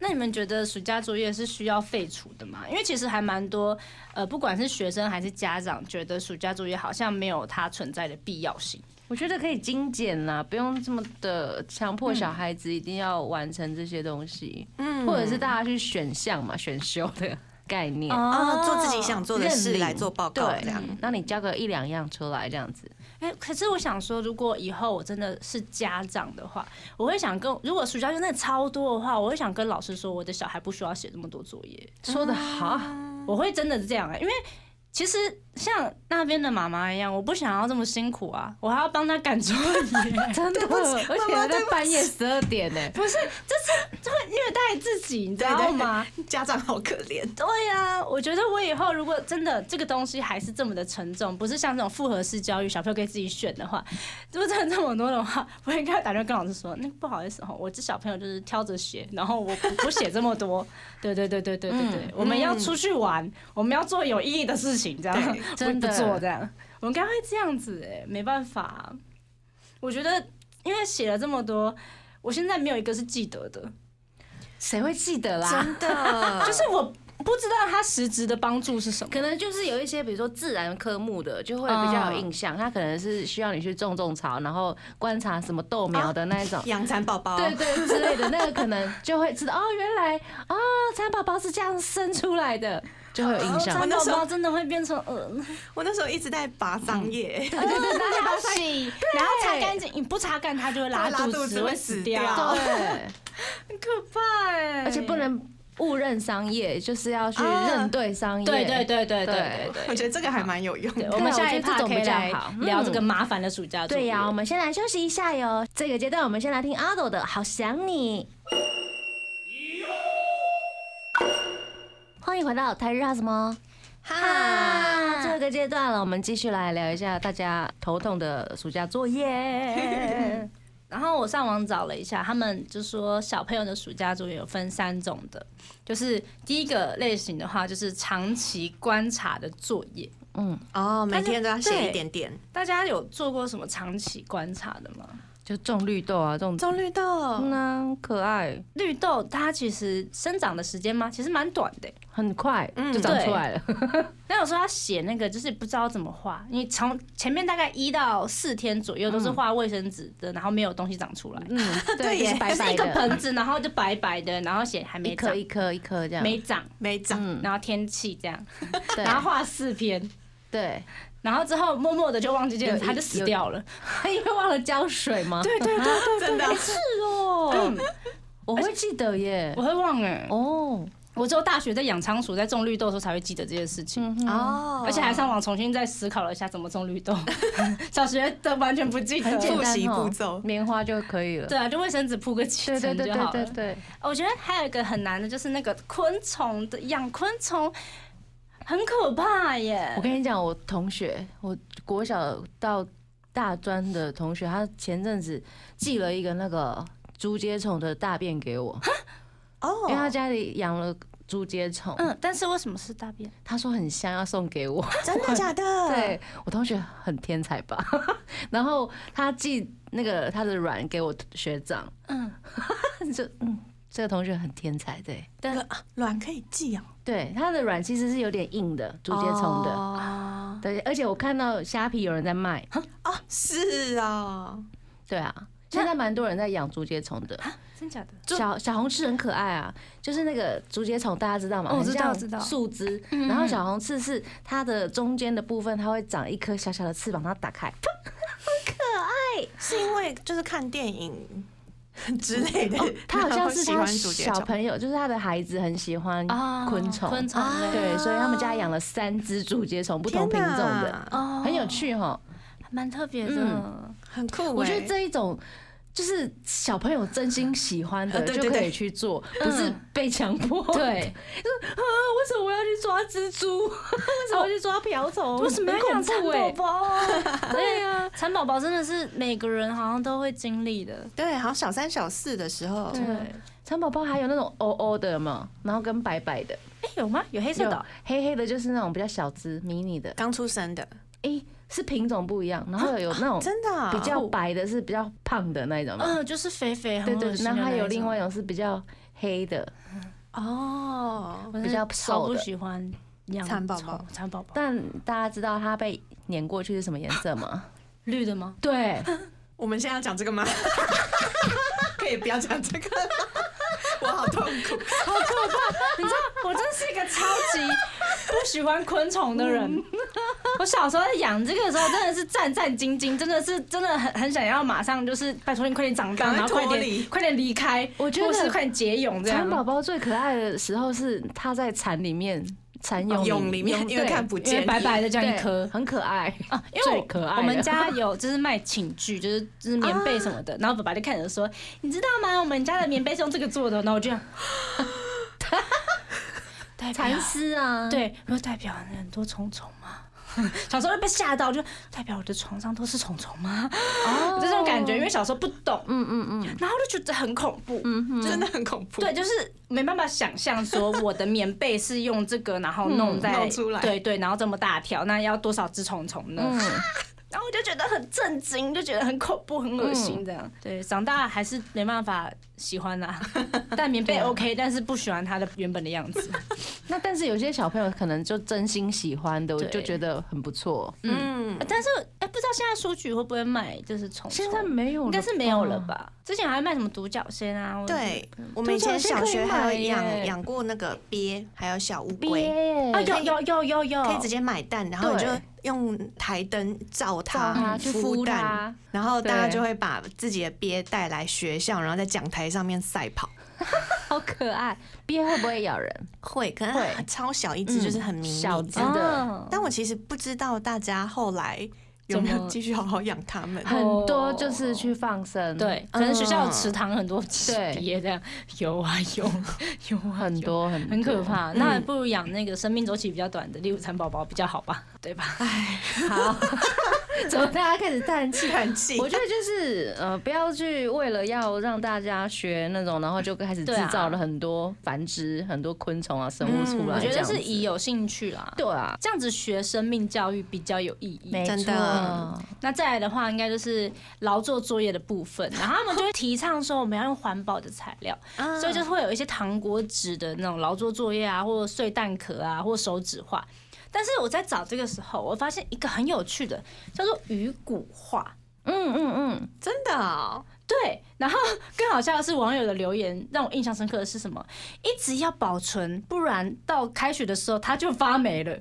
[SPEAKER 3] 那你们觉得暑假作业是需要废除的吗？因为其实还蛮多，呃，不管是学生还是家长，觉得暑假作业好像没有它存在的必要性。
[SPEAKER 1] 我觉得可以精简啦，不用这么的强迫小孩子一定要完成这些东西，
[SPEAKER 2] 嗯
[SPEAKER 1] 或者是大家去选项嘛，选修的概念。
[SPEAKER 2] 啊，做自己想做的
[SPEAKER 1] 哦认
[SPEAKER 2] 事
[SPEAKER 1] 领
[SPEAKER 2] 来做报告
[SPEAKER 1] 哦对啊
[SPEAKER 2] 这样，，
[SPEAKER 1] 那你交个一两样出来这样子，
[SPEAKER 3] 哎、可是我想说，如果以后我真的是家长的话，我会想跟，如果暑假作业真的超多的话，我会想跟老师说，我的小孩不需要写这么多作业。
[SPEAKER 1] 说的 好，
[SPEAKER 3] 我会真的是这样、欸，因为其实像那边的妈妈一样，我不想要这么辛苦啊，我还要帮他赶作业。
[SPEAKER 1] 真的，而且还在半夜十二点呢，
[SPEAKER 3] 不是，就是就会虐待自己，你知
[SPEAKER 2] 对对
[SPEAKER 3] 道吗？
[SPEAKER 2] 家长好可怜，
[SPEAKER 3] 对呀、我觉得我以后如果真的这个东西还是这么的沉重，不是像这种复合式教育，小朋友可以自己选的话，如果真的这么多的话，我应该打电话跟老师说，那不好意思哈，我这小朋友就是挑着写，然后我不不写这么多。对对对对对对对，我们要出去玩，我们要做有意义的事情，这样
[SPEAKER 2] 对
[SPEAKER 3] 不
[SPEAKER 1] 真的
[SPEAKER 3] 不做这样，我们该会这样子哎、没办法、我觉得因为写了这么多，我现在没有一个是记得的。
[SPEAKER 1] 谁会记得啦？
[SPEAKER 2] 真 的，
[SPEAKER 3] 就是我不知道它实质的帮助是什么。
[SPEAKER 5] 可能就是有一些，比如说自然科目的，就会比较有印
[SPEAKER 1] 啊
[SPEAKER 5] 象。它可能是需要你去种种草，然后观察什么豆苗的那一种。
[SPEAKER 2] 养蚕宝宝，
[SPEAKER 1] 对对之类的，那个可能就会知道哦，原来哦，蚕宝宝是这样生出来的，就会有印象。
[SPEAKER 2] 我
[SPEAKER 3] 蚕
[SPEAKER 2] 那
[SPEAKER 3] 宝
[SPEAKER 2] 时候
[SPEAKER 3] 宝真的会变成呃，
[SPEAKER 2] 我那时候一直在拔桑叶，
[SPEAKER 1] 嗯
[SPEAKER 3] 对对对，然后洗，然后擦干净，你不擦干它就会拉
[SPEAKER 2] 对拉
[SPEAKER 3] 肚子，
[SPEAKER 2] 肚子会
[SPEAKER 3] 会
[SPEAKER 2] 死
[SPEAKER 3] 死
[SPEAKER 2] 掉
[SPEAKER 3] 掉，
[SPEAKER 1] 对，
[SPEAKER 3] 很可怕哎
[SPEAKER 1] 而且不能误认商业，就是要去认对商业。
[SPEAKER 3] 啊对对对对对
[SPEAKER 1] 对
[SPEAKER 3] 对对
[SPEAKER 2] 我觉得这个还蛮有用
[SPEAKER 3] 对，
[SPEAKER 2] 的。
[SPEAKER 3] 我们下一
[SPEAKER 1] 我觉得这
[SPEAKER 3] 趴
[SPEAKER 1] 种
[SPEAKER 3] 可以
[SPEAKER 1] 比较
[SPEAKER 3] 来
[SPEAKER 1] 好
[SPEAKER 3] 聊
[SPEAKER 1] 嗯
[SPEAKER 3] 这个麻烦的暑假作业。
[SPEAKER 1] 对呀、我们先来休息一下哟。这个阶段我们先来听阿斗的《好想你》。欢迎回到台日哈什么？啊，这个阶段了，我们继续来聊一下大家头痛的暑假作 业。
[SPEAKER 3] 然后我上网找了一下，他们就说小朋友的暑假作业有分三种的，就是第一个类型的话，就是长期观察的作业。
[SPEAKER 2] 哦，每
[SPEAKER 3] 但是
[SPEAKER 2] 天都要写
[SPEAKER 3] 对
[SPEAKER 2] 一点点。
[SPEAKER 3] 大家有做过什么长期观察的吗？
[SPEAKER 1] 就种绿豆啊，种
[SPEAKER 2] 种绿豆，
[SPEAKER 1] 呢可爱，
[SPEAKER 3] 绿豆它其实生长的时间吗？其实蛮短的欸。
[SPEAKER 1] 很快
[SPEAKER 2] 嗯
[SPEAKER 1] 就长出来了。
[SPEAKER 3] 那有时候他写那个就是不知道怎么画，你从前面大概一到四天左右都是画卫生纸的，然后没有东西长出来，
[SPEAKER 1] 嗯，
[SPEAKER 2] 对
[SPEAKER 1] 就
[SPEAKER 2] 耶
[SPEAKER 1] 是白
[SPEAKER 3] 就是
[SPEAKER 1] 白
[SPEAKER 3] 一个
[SPEAKER 1] 的，
[SPEAKER 3] 盆子，然后就白白的，然后写还
[SPEAKER 1] 一
[SPEAKER 3] 没
[SPEAKER 1] 颗
[SPEAKER 3] 长
[SPEAKER 1] 一，颗一颗这样。
[SPEAKER 3] 没长，
[SPEAKER 2] 没长，
[SPEAKER 1] 嗯，
[SPEAKER 3] 然后天气这样，
[SPEAKER 1] 对
[SPEAKER 3] 然后画四篇，
[SPEAKER 1] 对，
[SPEAKER 3] 然后之后默默的就忘记这个，
[SPEAKER 1] 有一
[SPEAKER 3] 他就死掉了。
[SPEAKER 1] 因为忘了浇水吗？嗯对对，哎
[SPEAKER 2] 真的啊
[SPEAKER 3] 哦，
[SPEAKER 1] 我会记得耶
[SPEAKER 3] 我。会忘哎，
[SPEAKER 1] 哦，
[SPEAKER 3] 我只有大学在养仓鼠，在种绿豆的时候才会记得这件事情。
[SPEAKER 1] 嗯哼，
[SPEAKER 2] 哦
[SPEAKER 3] 而且还上网重新再思考了一下怎么种 绿豆，小学的完全不记
[SPEAKER 1] 很简
[SPEAKER 3] 得。
[SPEAKER 2] 复
[SPEAKER 1] 单
[SPEAKER 2] 习步
[SPEAKER 1] 哦
[SPEAKER 2] 骤，
[SPEAKER 1] 棉花就可以了。
[SPEAKER 3] 对啊，就卫生纸铺个几
[SPEAKER 1] 对对
[SPEAKER 3] 层
[SPEAKER 1] 对
[SPEAKER 3] 就好
[SPEAKER 1] 对对
[SPEAKER 3] 了。
[SPEAKER 1] 对，
[SPEAKER 3] 哦我觉得还有一个很难的就是那个昆虫的养昆虫，很可怕耶
[SPEAKER 1] 我。跟你讲，我同学，我国小到大专的同学，他前阵子寄了一个那个竹节虫的大便给我，因为他
[SPEAKER 2] 哦，
[SPEAKER 1] 家里养了竹节虫，
[SPEAKER 3] 嗯，但是为什么是大便？
[SPEAKER 1] 他说很香，要送给我。
[SPEAKER 2] 真的假的？，
[SPEAKER 1] 对我同学很天才吧， 然后他寄那个他的卵给我学长，
[SPEAKER 3] 嗯，
[SPEAKER 1] 就嗯，这个同学很天才，对
[SPEAKER 2] 卵卵可以寄哦，
[SPEAKER 1] 对，他的卵其实是有点硬的，竹节虫的。
[SPEAKER 3] 哦，
[SPEAKER 1] 对，而且我看到虾皮有人在卖，
[SPEAKER 2] 哦，是哦，
[SPEAKER 1] 对啊，现在蛮多人在养竹节虫的。
[SPEAKER 3] 真假的？
[SPEAKER 1] 小小红翅很可爱啊，就是那个竹节虫，大家知道吗？
[SPEAKER 6] 哦
[SPEAKER 1] 很
[SPEAKER 6] 知道
[SPEAKER 1] 像
[SPEAKER 6] 知道
[SPEAKER 1] 树枝，
[SPEAKER 3] 嗯
[SPEAKER 1] 然后小红翅是它的中间的部分，它会长一颗小小的翅膀，它打开，
[SPEAKER 2] 是因为就是看电影之类的，
[SPEAKER 1] 它好
[SPEAKER 2] 然
[SPEAKER 1] 像
[SPEAKER 2] 后
[SPEAKER 1] 是
[SPEAKER 2] 喜
[SPEAKER 1] 哦他
[SPEAKER 2] 欢竹节
[SPEAKER 1] 小
[SPEAKER 2] 虫，
[SPEAKER 1] 朋友，就是他的孩子很喜欢
[SPEAKER 3] 哦
[SPEAKER 1] 昆虫，
[SPEAKER 3] 昆虫类
[SPEAKER 1] 对，所以他们家养了三只竹节虫，不同品种的，
[SPEAKER 2] 天哪
[SPEAKER 3] 哦
[SPEAKER 1] 很有，趣哈。
[SPEAKER 3] 蛮特别的
[SPEAKER 1] 嗯。
[SPEAKER 2] 很酷欸。
[SPEAKER 1] 我觉得这一种。就是小朋友真心喜欢的
[SPEAKER 2] 呃 对
[SPEAKER 1] 就
[SPEAKER 2] 对嗯
[SPEAKER 1] 可以
[SPEAKER 2] 对
[SPEAKER 1] 去做，不是被强 迫。
[SPEAKER 3] 对，
[SPEAKER 1] 啊， 为什么我要去抓蜘蛛？为什么要去抓瓢虫？
[SPEAKER 3] 哦为什么要养蚕宝
[SPEAKER 1] 哎？
[SPEAKER 3] 宝啊？对啊，蚕宝宝真的是每个人好像都会经历的。
[SPEAKER 2] 对，好像小三小四的时候，
[SPEAKER 3] 对，
[SPEAKER 1] 蚕宝宝还有那种哦哦的嘛，然后跟白白的，
[SPEAKER 3] 哎，有吗？有黑色的哦
[SPEAKER 1] 有黑黑的，就是那种比较小只、迷你的。
[SPEAKER 2] 刚出生的，
[SPEAKER 1] 诶，是品种不一样，然后有那种
[SPEAKER 2] 真的啊
[SPEAKER 1] 比较白的，是比较胖的那一种嘛。
[SPEAKER 3] 嗯，就是肥肥，
[SPEAKER 1] 对
[SPEAKER 3] 很
[SPEAKER 1] 对
[SPEAKER 3] 恶，心的
[SPEAKER 1] 那还
[SPEAKER 3] 一
[SPEAKER 1] 有
[SPEAKER 3] 种
[SPEAKER 1] 另外一种是比较黑的，
[SPEAKER 2] 哦，
[SPEAKER 3] 我是
[SPEAKER 1] 比较
[SPEAKER 3] 超
[SPEAKER 1] 瘦
[SPEAKER 3] 不
[SPEAKER 1] 的
[SPEAKER 3] 喜欢养
[SPEAKER 2] 蚕宝宝
[SPEAKER 3] 虫，蚕宝宝
[SPEAKER 1] 但大家知道它被碾过去是什么颜色吗？
[SPEAKER 3] 绿的吗？
[SPEAKER 1] 对，
[SPEAKER 2] 我们现在要讲这 个吗？可以不要讲这个吗，我好痛 苦。
[SPEAKER 3] 你知 道，我真是一个超级不喜欢昆虫的人。我小时候在养这个的时候，真的是战战兢兢，真的是真的很很想要马上就是拜托你快点长大，
[SPEAKER 2] 赶快
[SPEAKER 3] 然后快
[SPEAKER 2] 脱离
[SPEAKER 3] 点快点离开，
[SPEAKER 1] 我觉得
[SPEAKER 3] 或是快点解蛹这样
[SPEAKER 1] 蚕。宝宝最可爱的时候是它在蚕里面，蚕蛹
[SPEAKER 2] 蛹里哦面因为
[SPEAKER 1] 对
[SPEAKER 2] 看不
[SPEAKER 3] 因为
[SPEAKER 2] 见，
[SPEAKER 3] 白 白的这样一
[SPEAKER 1] 对
[SPEAKER 3] 颗，
[SPEAKER 1] 很可爱。
[SPEAKER 3] 啊，因为
[SPEAKER 1] 最可爱的
[SPEAKER 3] 我我们家有就是卖寝具，就是就是棉被什么的，然后爸爸就看着说，你知道吗？我们家的棉被是用这个做的，然后我就这 样，代表
[SPEAKER 1] 蚕丝啊，，
[SPEAKER 3] 对，我说代表很多虫虫吗？ 小时候会被吓到，就代表我的床上都是虫虫吗？
[SPEAKER 1] 哦
[SPEAKER 3] 就这种感觉，因为小时候不懂，
[SPEAKER 1] 嗯嗯嗯，
[SPEAKER 3] 然后就觉得很恐怖。
[SPEAKER 2] 真的很恐怖。
[SPEAKER 3] 对，就是没办法想象说我的棉被是用这个，然后弄在、
[SPEAKER 2] 嗯弄出来嗯
[SPEAKER 3] 对对，然后这么大条，那要多少只虫虫呢？然后我就觉得很震惊，就觉得很恐怖、很恶心这样。
[SPEAKER 2] 嗯
[SPEAKER 3] 对，长大还是没办法喜欢啦、啊 但棉
[SPEAKER 2] 啊
[SPEAKER 3] 被 OK，但是不喜欢它的原本的样 子。
[SPEAKER 1] 那但是有些小朋友可能就真心喜欢的，我
[SPEAKER 3] 对
[SPEAKER 1] 就觉得很不错。
[SPEAKER 2] 嗯，
[SPEAKER 3] 但是哎、不知道现在书局会不会卖，就是虫虫？
[SPEAKER 1] 现在没有，嗯
[SPEAKER 3] 应该是没有了？吧？之前还卖什么独角仙啊？或者
[SPEAKER 2] 对，我们以前小学还有
[SPEAKER 1] 可以买耶
[SPEAKER 2] 养养过那个鳖，还有小乌龟，
[SPEAKER 1] 鳖
[SPEAKER 3] 啊，有有有有有，
[SPEAKER 2] 可以直接买蛋，然后你就
[SPEAKER 1] 哦对
[SPEAKER 2] 用台灯照
[SPEAKER 1] 照
[SPEAKER 3] 嗯
[SPEAKER 1] 它
[SPEAKER 2] 它，
[SPEAKER 1] 去
[SPEAKER 2] 孵
[SPEAKER 1] 孵
[SPEAKER 2] 蛋，
[SPEAKER 1] 它，
[SPEAKER 2] 然后大家
[SPEAKER 1] 对
[SPEAKER 2] 就会把自己的鳖带来学校，然后在讲台上面赛跑。
[SPEAKER 1] 好可爱。鳖会不会咬人？
[SPEAKER 2] 会，可能
[SPEAKER 1] 会
[SPEAKER 2] 它超小一只，
[SPEAKER 1] 嗯
[SPEAKER 2] 就是很迷你
[SPEAKER 1] 小
[SPEAKER 2] 这
[SPEAKER 1] 只
[SPEAKER 2] 样
[SPEAKER 1] 的
[SPEAKER 3] 哦
[SPEAKER 2] 但我其实不知道大家后来有没
[SPEAKER 3] 怎
[SPEAKER 2] 有
[SPEAKER 3] 么
[SPEAKER 2] 继续好好养 它们。
[SPEAKER 1] 很多就是去放生，
[SPEAKER 3] 对，可能学校的池塘很多纸鳖这样，有啊 有，有啊
[SPEAKER 1] 嗯很，多很
[SPEAKER 3] 有很可 怕。
[SPEAKER 2] 嗯
[SPEAKER 3] 那还不如养那个生命周期比较短的，例如蚕宝宝比较好吧，对吧？
[SPEAKER 1] 好。怎么大家开始叹气？
[SPEAKER 2] 叹气
[SPEAKER 1] 我觉得就是呃，不要去为了要让大家学那种，然后就开始制
[SPEAKER 3] 对啊
[SPEAKER 1] 造了很多繁殖、很多昆虫啊、生物出
[SPEAKER 2] 嗯
[SPEAKER 1] 来。
[SPEAKER 3] 我觉
[SPEAKER 1] 这
[SPEAKER 3] 得
[SPEAKER 1] 样
[SPEAKER 3] 是
[SPEAKER 1] 子
[SPEAKER 3] 以有兴趣啦。
[SPEAKER 1] 对啊，
[SPEAKER 3] 这样子学生命教育比较有意义。
[SPEAKER 1] 没
[SPEAKER 2] 真
[SPEAKER 1] 错
[SPEAKER 2] 的
[SPEAKER 3] 那再来的话，应该就是劳作作业的部分。然后他们就会提倡说，我们要用环保的材料，
[SPEAKER 2] 啊
[SPEAKER 3] 所以就会有一些糖果纸的那种劳作作业啊，或者碎蛋壳啊，或手指画。但是我在找这个时候，我发现一个很有趣的，叫做鱼骨画。
[SPEAKER 1] 嗯嗯嗯，
[SPEAKER 2] 真的哦，
[SPEAKER 3] 对，然后更好笑的是网友的留言让我印象深刻的是什么？一直要保存，不然到开学的时候它就发霉了。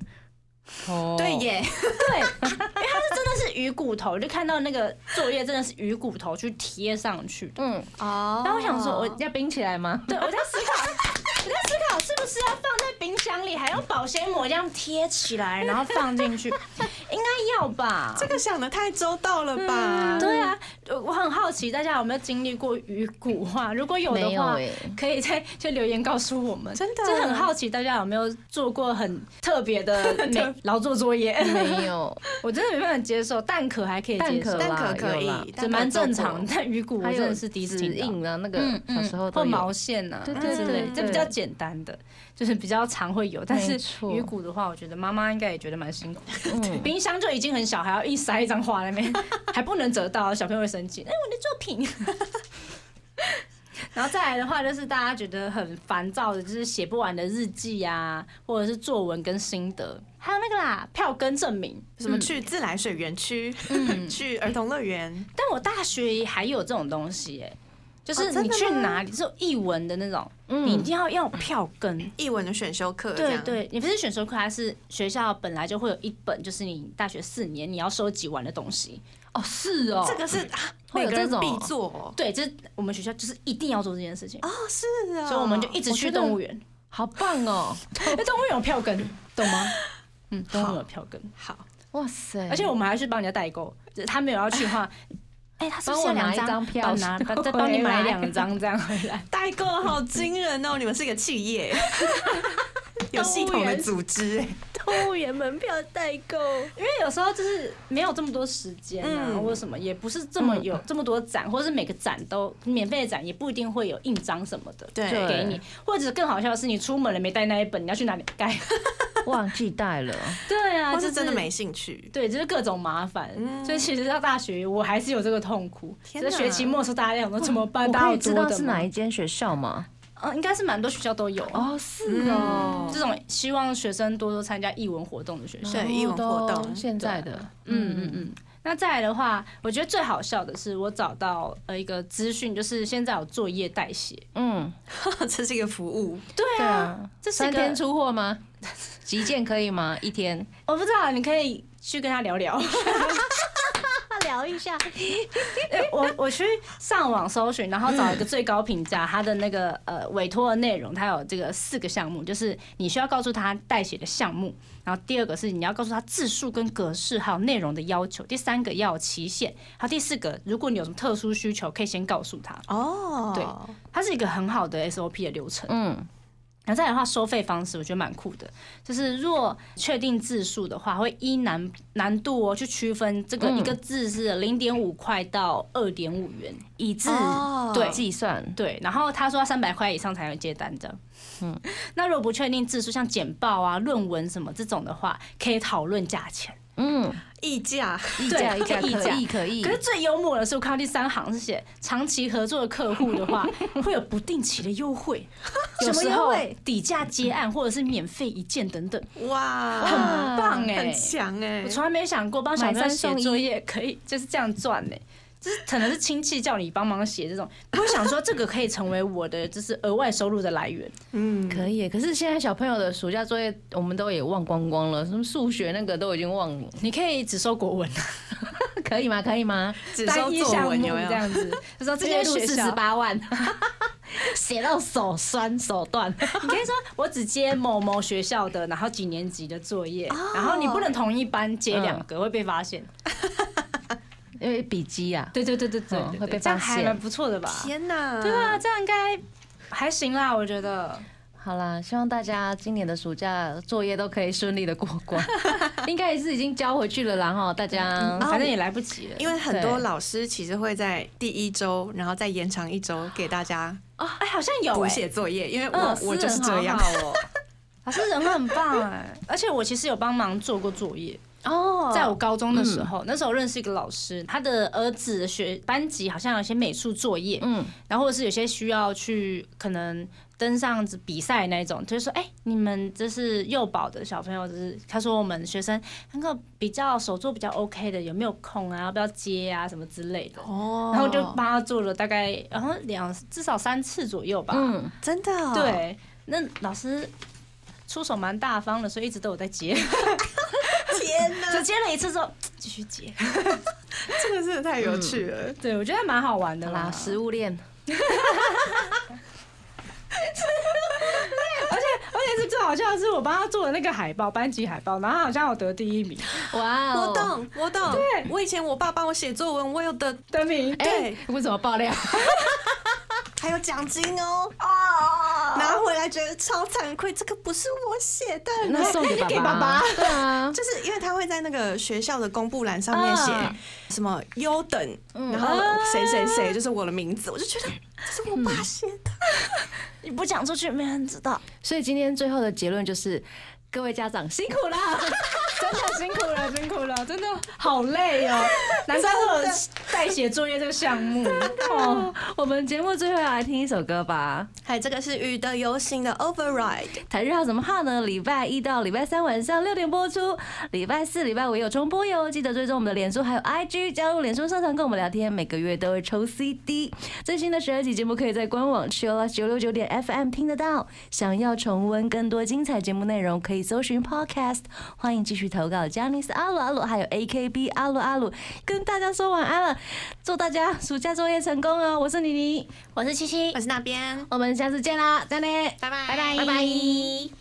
[SPEAKER 1] 哦，
[SPEAKER 2] 对耶，
[SPEAKER 3] 对，因为它是真的是鱼骨头，就看到那个作业真的是鱼骨头去贴上去的。
[SPEAKER 1] 嗯，
[SPEAKER 2] 哦。
[SPEAKER 3] 然后我想说，我
[SPEAKER 1] 要冰起来吗？
[SPEAKER 3] 对，我在思考，我在思考是不是要放在冰箱里，还用保鲜膜这样贴起来，然后放进 去，应该要吧？
[SPEAKER 2] 这个想的太周到了吧？
[SPEAKER 1] 嗯
[SPEAKER 3] 对啊，呃我很好奇大家有没有经历过鱼骨化？如果有的
[SPEAKER 1] 没有
[SPEAKER 3] 话，
[SPEAKER 1] 欸
[SPEAKER 3] 可以在 就留言告诉我们。
[SPEAKER 2] 真的
[SPEAKER 3] 就很好奇大家有没有做过很特 别的美劳作作业？
[SPEAKER 1] 没有，
[SPEAKER 3] 我真的没办法接受，蛋壳还可以
[SPEAKER 1] 蛋
[SPEAKER 3] 接受
[SPEAKER 1] 壳，
[SPEAKER 2] 蛋壳
[SPEAKER 1] 啦
[SPEAKER 2] 可
[SPEAKER 1] 有啦
[SPEAKER 2] 以，
[SPEAKER 3] 这
[SPEAKER 2] 蛋
[SPEAKER 3] 蛮
[SPEAKER 2] 壳做
[SPEAKER 3] 正
[SPEAKER 2] 过
[SPEAKER 3] 常，。但鱼骨我
[SPEAKER 1] 还
[SPEAKER 3] 真
[SPEAKER 1] 有
[SPEAKER 3] 的是第一次
[SPEAKER 1] 指
[SPEAKER 3] 听到。
[SPEAKER 1] 印啊，那个
[SPEAKER 3] 嗯
[SPEAKER 1] 小
[SPEAKER 3] 嗯，
[SPEAKER 1] 时候都
[SPEAKER 3] 或
[SPEAKER 1] 有
[SPEAKER 3] 毛线呐、啊，
[SPEAKER 1] 对对
[SPEAKER 3] 之类
[SPEAKER 1] 对
[SPEAKER 3] 这比较简单的，就是比较常会有。但
[SPEAKER 1] 没
[SPEAKER 3] 是
[SPEAKER 1] 错
[SPEAKER 3] 鱼骨的话，我觉得妈妈应该也觉得蛮辛苦。
[SPEAKER 1] 嗯
[SPEAKER 3] 冰箱就已经很小，还要一塞一张画 在那边，还不能折到，小朋友会生气。哎，我的作品。 然后再来的话，就是大家觉得很烦躁的，就是写不完的日记啊，或者是作文跟心得，还有那个啦，票根证明。
[SPEAKER 2] 什么
[SPEAKER 1] 嗯
[SPEAKER 2] 去自来水园区， 去儿童乐园，
[SPEAKER 3] 但我大学还有这种东西、哎，就
[SPEAKER 2] 哦
[SPEAKER 3] 是
[SPEAKER 2] 真
[SPEAKER 3] 你
[SPEAKER 2] 的
[SPEAKER 3] 去
[SPEAKER 2] 吗
[SPEAKER 3] 哪里，就是译文的那种，
[SPEAKER 1] 嗯
[SPEAKER 3] 你一定要要有票根。
[SPEAKER 2] 译文的选修课，这
[SPEAKER 3] 对
[SPEAKER 2] 样，
[SPEAKER 3] 对，你不是选修课，它是学校本来就会有一本，就是你大学四年你要收集完的东西。
[SPEAKER 5] 哦，是哦，
[SPEAKER 2] 这个是啊，
[SPEAKER 5] 会
[SPEAKER 2] 每
[SPEAKER 5] 有
[SPEAKER 2] 个
[SPEAKER 5] 这
[SPEAKER 2] 人
[SPEAKER 5] 种
[SPEAKER 2] 必做哦，
[SPEAKER 3] 对，这是我们学校就是一定要做这件事情，
[SPEAKER 2] 哦是啊，
[SPEAKER 3] 所以我们就一直
[SPEAKER 5] 我
[SPEAKER 3] 去
[SPEAKER 5] 觉得
[SPEAKER 3] 动物园。
[SPEAKER 5] 好棒 哦，
[SPEAKER 3] 因为动物园有票根，懂吗？嗯，动物园有票根，
[SPEAKER 2] 好，
[SPEAKER 5] 哇塞！
[SPEAKER 3] 而且我们还去帮人家代购，就是他没有要去的话，哎，他是不是
[SPEAKER 5] 帮我
[SPEAKER 3] 要两
[SPEAKER 5] 拿一张票
[SPEAKER 3] 帮拿，帮再帮你买两张这样回来。
[SPEAKER 2] 代购好惊人哦，你们是一个企业，有系统的组织，
[SPEAKER 1] 动物园门票代购，
[SPEAKER 3] 因为有时候就是没有这么多时间啊，
[SPEAKER 2] 嗯
[SPEAKER 3] 或者什么，也不是这么有这么多展，或者是每个展都免费的展，也不一定会有印章什么的。
[SPEAKER 2] 对
[SPEAKER 3] 给你，或者更好笑的是，你出门了没带那一本，你要去哪里盖？
[SPEAKER 5] 忘记带 了，
[SPEAKER 3] 对啊，
[SPEAKER 2] 哎或
[SPEAKER 3] 就是
[SPEAKER 2] 真的没兴趣，
[SPEAKER 3] 对，就是各种麻烦，
[SPEAKER 2] 嗯
[SPEAKER 3] 所以其实到大学我还是有这个痛苦。
[SPEAKER 2] 天
[SPEAKER 3] 就是
[SPEAKER 2] 哪
[SPEAKER 3] 学期末的时候，大家想说怎么
[SPEAKER 1] 哦
[SPEAKER 3] 办？
[SPEAKER 5] 我
[SPEAKER 3] 大家
[SPEAKER 5] 可
[SPEAKER 3] 有
[SPEAKER 5] 以知
[SPEAKER 3] 多
[SPEAKER 5] 道
[SPEAKER 3] 的
[SPEAKER 5] 是哪
[SPEAKER 3] 吗
[SPEAKER 5] 一间学校吗？
[SPEAKER 3] 嗯，应该是蛮多学校都有啊
[SPEAKER 5] 哦，是
[SPEAKER 2] 嗯
[SPEAKER 5] 哦，
[SPEAKER 3] 这种希望学生多多参加艺文活动的学校。
[SPEAKER 2] 对艺文活
[SPEAKER 1] 哦
[SPEAKER 2] 动
[SPEAKER 5] 现在的，
[SPEAKER 3] 嗯嗯嗯。那再来的话，我觉得最好笑的是，我找到呃一个资讯，就是现在有作业代写。
[SPEAKER 5] 嗯，
[SPEAKER 2] 这是一个服务，
[SPEAKER 5] 对啊，
[SPEAKER 3] 这是一
[SPEAKER 5] 三
[SPEAKER 3] 个
[SPEAKER 5] 天出货 吗？急件可以吗？一天？
[SPEAKER 3] 我不知道，你可以去跟他聊聊。
[SPEAKER 1] 聊一下，
[SPEAKER 3] 我我去上网搜寻，然后找一个最高评价，他的那个呃委托的内容，它有这个四个项目，就是你需要告诉他代写的项目，然后第二个是你要告诉他字数跟格式还有内容的要求，第三个要有期限，还有第四个，如果你有什么特殊需求，可以先告诉他。
[SPEAKER 2] 哦，
[SPEAKER 3] 对它是一个很好的 SOP 的流程。
[SPEAKER 5] 嗯，
[SPEAKER 3] 然后再来的话，收费方式我觉得蛮酷的，就是若确定字数的话，会依难难度哦去区分这个
[SPEAKER 5] 嗯
[SPEAKER 3] 一个字是零点五块到二点五元，以字
[SPEAKER 2] 哦
[SPEAKER 3] 对
[SPEAKER 5] 计算，
[SPEAKER 3] 对，然后他说三百块以上才能接单这样。嗯， 那如果不确定字数，像简报啊、论文什么这种的话，可以讨论价钱。
[SPEAKER 5] 嗯，
[SPEAKER 2] 议价，
[SPEAKER 5] 议价
[SPEAKER 3] 对
[SPEAKER 5] 议价
[SPEAKER 3] 可以
[SPEAKER 5] 可以
[SPEAKER 3] 议
[SPEAKER 5] 可以
[SPEAKER 3] 可，是最幽默的是，我看到第三行是写长期合作的客户的话，会有不定期的优 惠，有时候底价接案或者是免费一件等等，
[SPEAKER 2] 哇，
[SPEAKER 3] 很棒哎、
[SPEAKER 2] 很强哎
[SPEAKER 3] 我，从来没想过帮小朋友
[SPEAKER 5] 买三
[SPEAKER 3] 写
[SPEAKER 5] 送一
[SPEAKER 3] 作业可以就是这样赚呢、就是可能是亲戚叫你帮忙写这种，我想说这个可以成为我的就是额外收入的来源。
[SPEAKER 2] 嗯，
[SPEAKER 5] 可以。可是现在小朋友的暑假作业我们都也忘光光了，什么数学那个都已经忘了，
[SPEAKER 3] 你可以只收国文， 啊
[SPEAKER 5] 可以吗？可以吗？
[SPEAKER 2] 只收
[SPEAKER 3] 单一项
[SPEAKER 2] 作
[SPEAKER 3] 目
[SPEAKER 2] 文有没
[SPEAKER 3] 这
[SPEAKER 2] 有？
[SPEAKER 3] 样子，就说这
[SPEAKER 5] 月
[SPEAKER 3] 些
[SPEAKER 5] 入
[SPEAKER 3] 学
[SPEAKER 5] 四十
[SPEAKER 3] 校，
[SPEAKER 5] 八万，写到手酸手断。
[SPEAKER 3] 你可以说我只接某某学校的，然后几年级的作业，然后你不能同一班接两个，会被发现。
[SPEAKER 5] 因为笔记啊，
[SPEAKER 3] 嗯对对对对对
[SPEAKER 5] 嗯，
[SPEAKER 3] 对
[SPEAKER 5] 会被
[SPEAKER 3] 这样
[SPEAKER 5] 发现
[SPEAKER 3] 还蛮不错的吧？
[SPEAKER 2] 天哪，
[SPEAKER 3] 对啊，，这样应该还行啦，我觉得。
[SPEAKER 5] 好啦，希望大家今年的暑假作业都可以顺利的过 关，应该也是已经交回去了啦哈，大家。
[SPEAKER 3] 反正也来不及了。
[SPEAKER 2] 因为很多
[SPEAKER 5] 对
[SPEAKER 2] 老师其实会在第一周，然后再延长一周给大家
[SPEAKER 3] 哦，哎，好像有
[SPEAKER 2] 补
[SPEAKER 3] 哎
[SPEAKER 2] 写作业，因为
[SPEAKER 5] 嗯
[SPEAKER 2] 我我就是
[SPEAKER 5] 很
[SPEAKER 2] 这样
[SPEAKER 5] 好，好哦
[SPEAKER 3] 老师人很棒哎， 而且我其实有帮忙做过作业，
[SPEAKER 5] 哦，嗯
[SPEAKER 3] 在我高中的时候，那时候我认识一个老师，他的儿子学班级好像有些美术作业，
[SPEAKER 5] 嗯，
[SPEAKER 3] 然后或者是有些需要去可能登上比赛那一种，就是说，哎、你们这是幼保的小朋友，就是他说我们学生能够比较手作比较 OK 的，有没有空啊？要不要接啊？什么之类的。
[SPEAKER 2] 哦
[SPEAKER 3] 然后我就帮他做了大概，然后两至少三次左右吧。
[SPEAKER 5] 嗯，
[SPEAKER 2] 真的哦，
[SPEAKER 3] 对，那老师出手蛮大方的，所以一直都有在接，
[SPEAKER 2] 天哪，
[SPEAKER 3] 就接了一次之后继续接。
[SPEAKER 2] 这个真的太有趣了。
[SPEAKER 3] 对，我觉得蛮好玩的
[SPEAKER 5] 好
[SPEAKER 3] 啦
[SPEAKER 5] 啦，。食物链，
[SPEAKER 3] 而且是最好笑的是，我帮他做的那个海报，班级海报，然后他好像有得第一名，
[SPEAKER 5] 哇
[SPEAKER 2] 我
[SPEAKER 5] 哦，
[SPEAKER 2] 懂，我懂。对，我以前我爸帮我写作文，我有的
[SPEAKER 3] 得名。
[SPEAKER 5] 哎
[SPEAKER 2] 对，
[SPEAKER 5] 为什么爆料？
[SPEAKER 2] 还有奖金哦。哦，拿回来觉得超惭愧，这个不是我写的。
[SPEAKER 5] 那送给
[SPEAKER 3] 给
[SPEAKER 5] 爸爸
[SPEAKER 3] 爸爸，
[SPEAKER 5] 对啊，
[SPEAKER 2] 就是因为他会在那个学校的公布栏上面写
[SPEAKER 3] 啊
[SPEAKER 2] 什么优等，然后谁谁谁就是我的名字，我就觉得这是我爸写的。
[SPEAKER 3] 你不讲出去，没人知道。
[SPEAKER 5] 所以今天最后的结论就是，各位家长辛苦了，
[SPEAKER 3] 真的辛苦了，辛苦了，真的好累 哦，难怪会有代写作业这个项目。哦，
[SPEAKER 1] 我们节目最后来听一首歌吧。
[SPEAKER 2] 还有这个是雨的游行的 Override，
[SPEAKER 1] 台日号怎么号呢？礼拜一到礼拜三晚上六点播出，礼拜四、礼拜五也有重播哟。记得追踪我们的脸书还有 IG，加入脸书社团跟我们聊天，每个月都会抽 CD。最新的十二集节目可以在官网 chillus 九六九点 FM 听得到。想要重温更多精彩节目内容，可以搜寻 Podcast。欢迎继续投稿 j a n i c e 阿鲁阿鲁，还有 AKB 阿鲁阿鲁，跟大家说晚安了，祝大家暑假作业成功哦！我是妮妮，
[SPEAKER 3] 我是七七
[SPEAKER 5] 哎
[SPEAKER 2] 我，是那边，
[SPEAKER 1] 我们下次见啦，再见。
[SPEAKER 2] 拜拜，
[SPEAKER 3] 拜拜
[SPEAKER 1] 拜拜